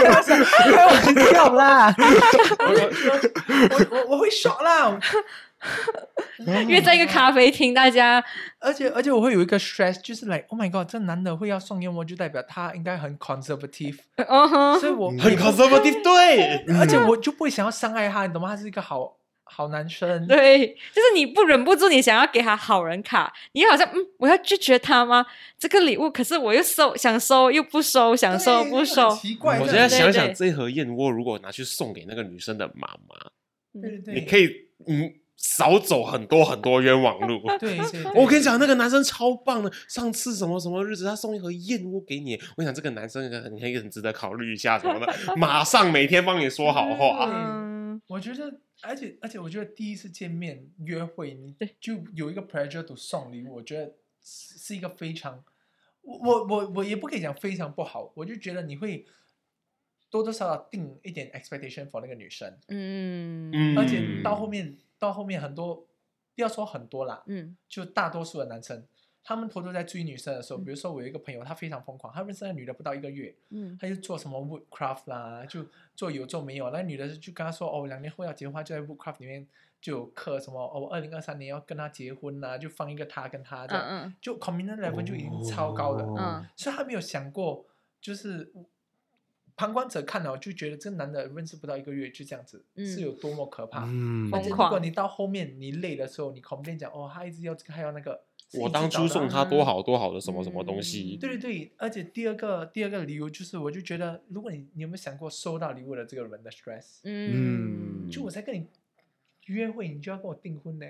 [SPEAKER 2] 玩笑啦，我我我会 shock 啦，
[SPEAKER 1] 因为在一个咖啡厅，大家
[SPEAKER 2] 而且而且我会有一个 stress，就是 like Oh my god，这男的会要送燕窝，就代表他应该很 conservative，
[SPEAKER 1] 嗯哼，
[SPEAKER 2] 所以我
[SPEAKER 3] 很 conservative，对，
[SPEAKER 2] 而且我就不会想要伤害他，你懂吗？他是一个好好男生，
[SPEAKER 1] 对，就是你不忍不住，你想要给他好人卡，你好像嗯，我要拒绝他吗？这个礼物，可是我又收，想收又不收，想
[SPEAKER 2] 对，
[SPEAKER 1] 收不
[SPEAKER 2] 这个
[SPEAKER 1] 收嗯
[SPEAKER 2] 很，奇怪，
[SPEAKER 3] 我现
[SPEAKER 2] 这
[SPEAKER 3] 在
[SPEAKER 2] 个
[SPEAKER 3] 想
[SPEAKER 1] 对对
[SPEAKER 3] 想，这盒燕窝如果拿去送给那个女生的妈妈，
[SPEAKER 2] 对对，
[SPEAKER 3] 你可以嗯少走很多很多冤 枉路。
[SPEAKER 2] 对对，对
[SPEAKER 3] 我跟你讲，那个男生超棒的。上次什么什么日子，他送一盒燕窝给你。我想这个男生很很很值得考虑一下什么的， 马上每天帮你说好话。
[SPEAKER 1] 嗯，
[SPEAKER 2] 我觉得，而且而且，我觉得第一次见面约会，你就有一个 pressure to 送礼物，我觉得是是一个非常，我我我我也不可以讲非常不好，我就觉得你会多多少少定一点 expectation for 那个女生，
[SPEAKER 1] 嗯，
[SPEAKER 3] 嗯
[SPEAKER 2] 而且到后面到后面很多不要说很多啦，
[SPEAKER 1] 嗯
[SPEAKER 2] 就大多数的男生，他们偷偷在追女生的时候，比如说我有一个朋友，他非常疯狂，他认识那女的不到一个月，
[SPEAKER 1] 嗯
[SPEAKER 2] 他就做什么 woodcraft 啦，就做有做没有，那女的就跟他说哦，两年后要结婚的话，就在 woodcraft 里面就有刻什么哦，二零二三年要跟他结婚啦，就放一个他跟他这样，
[SPEAKER 1] 嗯
[SPEAKER 2] 就 commitment level 就已经超高了，
[SPEAKER 1] 嗯嗯，
[SPEAKER 2] 所以他没有想过，就是旁观者看了就觉得这男的认识不到一个月就这样子，
[SPEAKER 1] 嗯
[SPEAKER 2] 是有多么可怕。
[SPEAKER 4] 嗯
[SPEAKER 2] 但是如
[SPEAKER 1] 疯狂
[SPEAKER 2] 果你到后面你累的时候，你 complain 讲哦，他一直要这个，还要那个。是一
[SPEAKER 3] 我
[SPEAKER 2] 直
[SPEAKER 3] 当初
[SPEAKER 2] 找到
[SPEAKER 3] 送他多好多好的什么什么东西，
[SPEAKER 2] 对对对，而且第二个第二个理由就是，我就觉得，如果你你有没有想过收到礼物的这个人的 stress？、
[SPEAKER 1] 嗯，
[SPEAKER 2] 就我在跟你约会，你就要跟我订婚呢？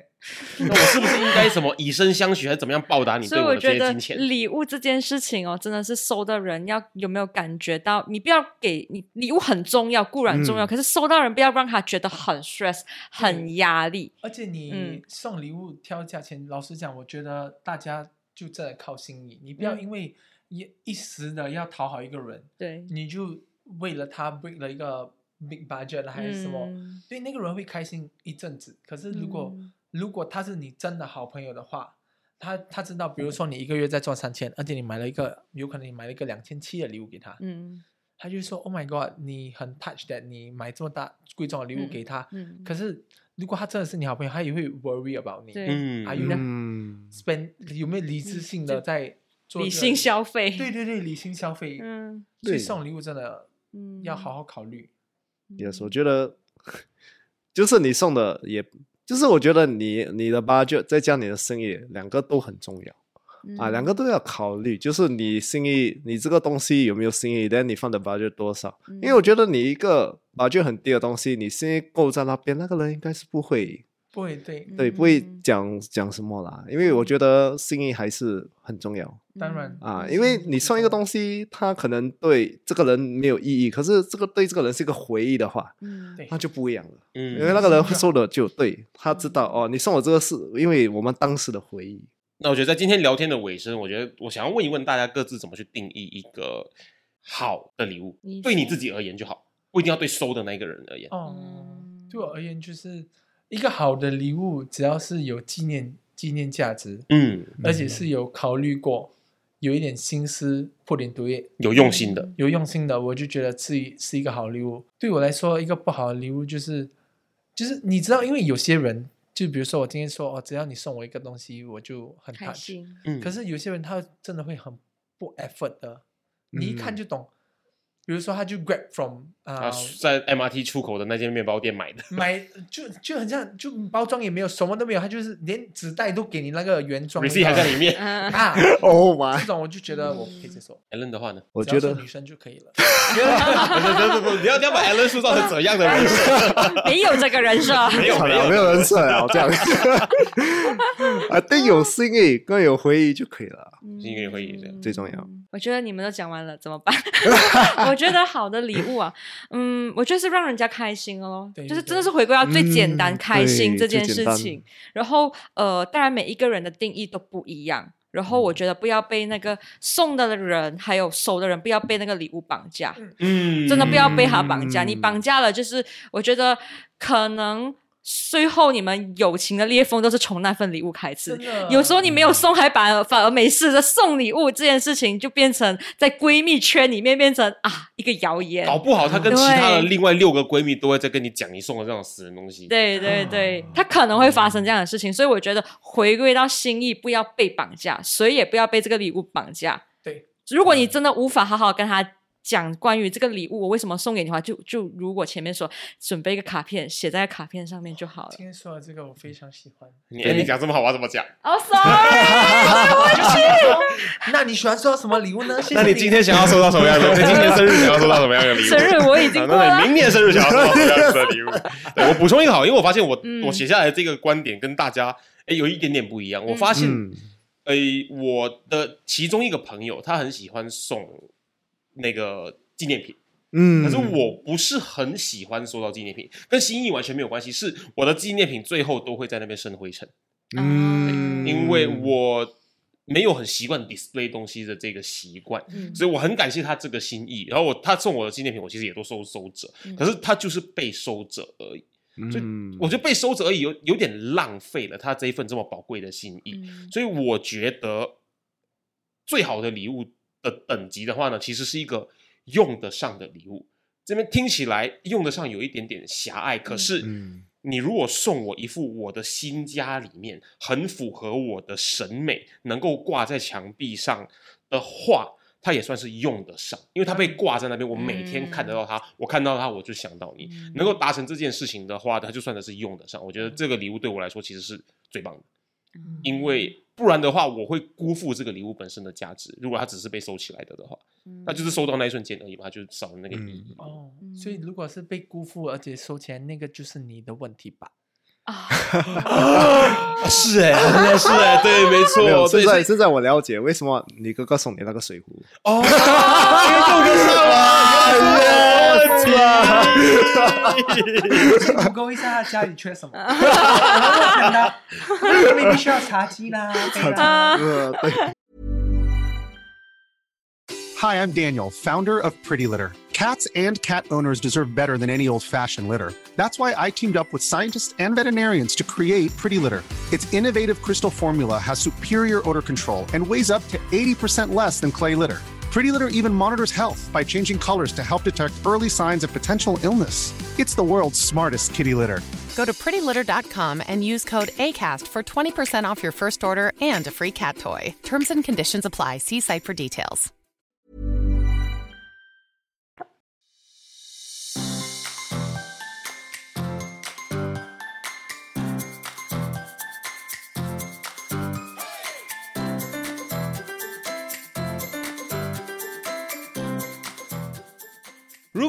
[SPEAKER 3] 那我是不是应该什么以身相许，还是怎么样报答你
[SPEAKER 1] 所以
[SPEAKER 3] 对我的
[SPEAKER 1] 觉
[SPEAKER 3] 这些
[SPEAKER 1] 得
[SPEAKER 3] 金钱？
[SPEAKER 1] 礼物这件事情哦，真的是收的人要有没有感觉到，你不要给你礼物很重要，固然重要，
[SPEAKER 4] 嗯
[SPEAKER 1] 可是收到人不要让他觉得很 stress、很压力。
[SPEAKER 2] 而且你
[SPEAKER 1] 嗯
[SPEAKER 2] 送礼物挑价钱，老实讲，我觉得大家就真的靠心意，你不要
[SPEAKER 1] 嗯
[SPEAKER 2] 因为一一时的要讨好一个人，
[SPEAKER 1] 对，
[SPEAKER 2] 你就为了他 break 了一个 big budget 还是什么，
[SPEAKER 1] 嗯
[SPEAKER 2] 对那个人会开心一阵子。可是如果、
[SPEAKER 1] 嗯
[SPEAKER 2] 如果他是你真的好朋友的话，他他知道，比如说你一个月在赚三千，而且你买了一个，有可能你买了一个两千七的礼物给他，
[SPEAKER 1] 嗯
[SPEAKER 2] 他就说 Oh my God，你很 touch that 你买这么大贵重的礼物
[SPEAKER 1] 嗯
[SPEAKER 2] 给他。
[SPEAKER 1] 嗯，
[SPEAKER 2] 可是如果他真的是你好朋友，他也会 worry about 你，
[SPEAKER 1] 对，
[SPEAKER 3] 嗯，
[SPEAKER 2] 还有呢
[SPEAKER 4] 嗯，
[SPEAKER 2] spend 有没有理智性的在做
[SPEAKER 1] 理
[SPEAKER 2] 这个
[SPEAKER 1] 性消费。
[SPEAKER 2] 对对对，理性消费，
[SPEAKER 1] 嗯
[SPEAKER 2] 所以
[SPEAKER 4] 对
[SPEAKER 2] 送礼物真的
[SPEAKER 1] 嗯，
[SPEAKER 2] 要好好考虑。
[SPEAKER 4] 也是，我觉得就是你送的也，就是我觉得你你的 budget 再加你的心意，两个都很重要。
[SPEAKER 1] 嗯
[SPEAKER 4] 啊，两个都要考虑，就是你心意，你这个东西有没有心意，但你放的 budget 多少？因为我觉得你一个 budget 很低的东西，你心意够在那边，那个人应该是不会，
[SPEAKER 2] 不会对，
[SPEAKER 4] 对，不会
[SPEAKER 1] 嗯
[SPEAKER 4] 讲讲什么啦。因为我觉得心意还是很重要
[SPEAKER 2] 当然
[SPEAKER 4] 啊，
[SPEAKER 2] 嗯
[SPEAKER 4] 因为
[SPEAKER 2] 心意
[SPEAKER 4] 你
[SPEAKER 2] 是
[SPEAKER 4] 送一个
[SPEAKER 2] 重要
[SPEAKER 4] 东西，它可能对这个人没有意义，可是这个对这个人是一个回忆的话，
[SPEAKER 1] 嗯
[SPEAKER 2] 对
[SPEAKER 4] 那就不一样了。 因为
[SPEAKER 3] 嗯，
[SPEAKER 4] 那个人
[SPEAKER 2] 是的
[SPEAKER 4] 收的就对，他知道哦，你送我这个是因为我们当时的回忆。
[SPEAKER 3] 那我觉得在今天聊天的尾声，我觉得我想要问一问大家各自怎么去定义一个好的礼物
[SPEAKER 1] 你，
[SPEAKER 3] 对你
[SPEAKER 1] 说
[SPEAKER 3] 自己而言就好，不一定要对收的那个人而言。
[SPEAKER 2] 哦，
[SPEAKER 1] 嗯
[SPEAKER 2] 对我而言，就是一个好的礼物，只要是有纪念纪念价值，
[SPEAKER 3] 嗯，
[SPEAKER 2] 而且是有考虑过，有一点心思 put into it，
[SPEAKER 3] 有用心的，
[SPEAKER 2] 有用心的，我就觉得是一是一个好礼物。对我来说，一个不好的礼物就是，就是你知道，因为有些人，就比如说我今天说哦，只要你送我一个东西，我就很
[SPEAKER 1] 开
[SPEAKER 2] touch。
[SPEAKER 1] 心。
[SPEAKER 3] 嗯，
[SPEAKER 2] 可是有些人他真的会很不 effort 的，
[SPEAKER 3] 嗯
[SPEAKER 2] 你一看就懂。比如说，他就 grab from 啊、
[SPEAKER 3] 啊，在 MRT 出口的那间面包店买的，
[SPEAKER 2] 买就就很像，就包装也没有，什么都没有，他就是连纸袋都给你那个原装
[SPEAKER 3] r
[SPEAKER 2] 的
[SPEAKER 3] e c e 还在里面。
[SPEAKER 1] 嗯，
[SPEAKER 2] 啊。
[SPEAKER 4] Oh
[SPEAKER 2] 这
[SPEAKER 4] my！
[SPEAKER 2] 种我就觉得我可以接受，
[SPEAKER 3] Allen 的 话呢？
[SPEAKER 4] 我
[SPEAKER 2] 只要
[SPEAKER 4] 觉
[SPEAKER 2] 是
[SPEAKER 4] 得
[SPEAKER 2] 女生就可以了。
[SPEAKER 3] 不不不，你要你要把 Allen 塑造成怎样的
[SPEAKER 1] 哎
[SPEAKER 3] 人？
[SPEAKER 1] 没有这个人设，
[SPEAKER 3] 没有
[SPEAKER 4] 惨
[SPEAKER 3] 没
[SPEAKER 4] 了，
[SPEAKER 3] 有
[SPEAKER 4] 没有人设了， 这样。啊，对，有心意更有回忆就可以了。
[SPEAKER 3] 因为会议这样。
[SPEAKER 2] 嗯
[SPEAKER 4] 最重要
[SPEAKER 1] 我觉得你们都讲完了，怎么 办？我觉得好的礼物啊，嗯，我觉得是让人家开心哦，
[SPEAKER 2] 对
[SPEAKER 1] 就是
[SPEAKER 2] 对
[SPEAKER 1] 真的是回归到最简单、
[SPEAKER 4] 嗯
[SPEAKER 1] 开心
[SPEAKER 4] 对
[SPEAKER 1] 这件
[SPEAKER 4] 最
[SPEAKER 1] 事
[SPEAKER 4] 简单
[SPEAKER 1] 情。然后呃，当然每一个人的定义都不一样。然
[SPEAKER 4] 嗯
[SPEAKER 1] 后我觉得不要被那个送的人还有收的人不要被那个礼物绑架，
[SPEAKER 3] 嗯
[SPEAKER 1] 真的不要被他绑架。
[SPEAKER 4] 嗯
[SPEAKER 1] 你绑架了，就是我觉得可能最后你们友情的裂缝都是从那份礼物开始
[SPEAKER 2] 真。
[SPEAKER 3] 嗯
[SPEAKER 2] 的，
[SPEAKER 1] 有时候你没有送，还反而反而没呃事的送礼物这件事情，就变成在闺蜜圈里面变成啊一个谣言。
[SPEAKER 3] 搞不好她跟其他的
[SPEAKER 1] 对
[SPEAKER 3] 另外六个闺蜜都会在跟你讲你送的这种死人东西。
[SPEAKER 1] 对对对，
[SPEAKER 3] 嗯
[SPEAKER 1] 它可能会发生这样的事情，所以我觉得回归到心意，不要被绑架，谁也不要被这个礼物绑架。
[SPEAKER 2] 对，
[SPEAKER 1] 如果你真的无法好好跟他讲关于这个礼物我为什么送给你的话，就就如我前面说，准备一个卡片，写在卡片上面就好 了
[SPEAKER 2] 今。天说的这个我非常喜欢。
[SPEAKER 3] 你哎你讲这么好，我要怎么讲？
[SPEAKER 1] 哦、s o r r y
[SPEAKER 2] 那你喜欢收到什么礼物 呢？谢谢
[SPEAKER 3] 那你今天想要收到什么样的？ 你今年生日想要收到什么样的礼物？
[SPEAKER 1] 生日我已经
[SPEAKER 3] 啊
[SPEAKER 1] 过
[SPEAKER 3] 那
[SPEAKER 1] 了
[SPEAKER 3] 你。明年生日想要收到什么样子的 礼物？对我补充一个好，因为我发现我、
[SPEAKER 1] 嗯
[SPEAKER 3] 我写下来的这个观点跟大家哎有一点点不一样。我发现、
[SPEAKER 4] 嗯
[SPEAKER 3] 哎，我的其中一个朋友他很喜欢送那个纪念品，
[SPEAKER 4] 嗯，
[SPEAKER 3] 可是我不是很喜欢收到纪念品，跟心意完全没有关系。是我的纪念品最后都会在那边生灰尘，
[SPEAKER 4] 嗯，
[SPEAKER 3] 因为我没有很习惯 display 东西的这个习惯。
[SPEAKER 1] 嗯
[SPEAKER 3] 所以我很感谢他这个心意。然后我他送我的纪念品，我其实也都收收着，可是他就是被收着而已。所以
[SPEAKER 4] 嗯
[SPEAKER 3] 我觉得被收走而已，有有点浪费了他这一份这么宝贵的心意。所以我觉得最好的礼物的等级的话呢，其实是一个用得上的礼物。这边听起来用得上有一点点狭隘，可是
[SPEAKER 4] 嗯
[SPEAKER 3] 你如果送我一副我的新家里面很符合我的审美，能够挂在墙壁上的话，它也算是用得上，因为它被挂在那边，我每天看得到它，我看到它我就想到你。能够达成这件事情的话，它就算的是用得上。我觉得这个礼物对我来说其实是最棒的，
[SPEAKER 1] 嗯
[SPEAKER 3] 因为不然的话，我会辜负这个礼物本身的价值。如果它只是被收起来的的话，那就是收到那一瞬间而已嘛，它就少了那个意义。
[SPEAKER 2] 哦，所以如果是被辜负而且收钱，那个就是你的问题 吧？
[SPEAKER 3] 啊是哎、真 的是哎、对，没错
[SPEAKER 4] 没有，，
[SPEAKER 3] 对
[SPEAKER 4] 现在
[SPEAKER 3] 是
[SPEAKER 4] 现在我了解为什么你哥哥送你那个水壶。哎
[SPEAKER 3] 哦，因为 用得上了，
[SPEAKER 2] 先 Google 一下他家里缺什么，然后我看他，那边需要茶几啦，对吧
[SPEAKER 4] 呃，对，
[SPEAKER 9] Hi, I'm Daniel, founder of Pretty Litter. Cats and cat owners deserve better than any old fashioned litter. That's why I teamed up with scientists and veterinarians to create Pretty Litter. Its innovative crystal formula has superior odor control and weighs up to 80% less than clay litter. Pretty Litter even monitors health by changing colors to help detect early signs of potential illness. It's the world's smartest kitty litter.
[SPEAKER 10] Go to prettylitter.com and use code ACAST for 20% off your first order and a free cat toy. Terms and conditions apply. See site for details.
[SPEAKER 3] 如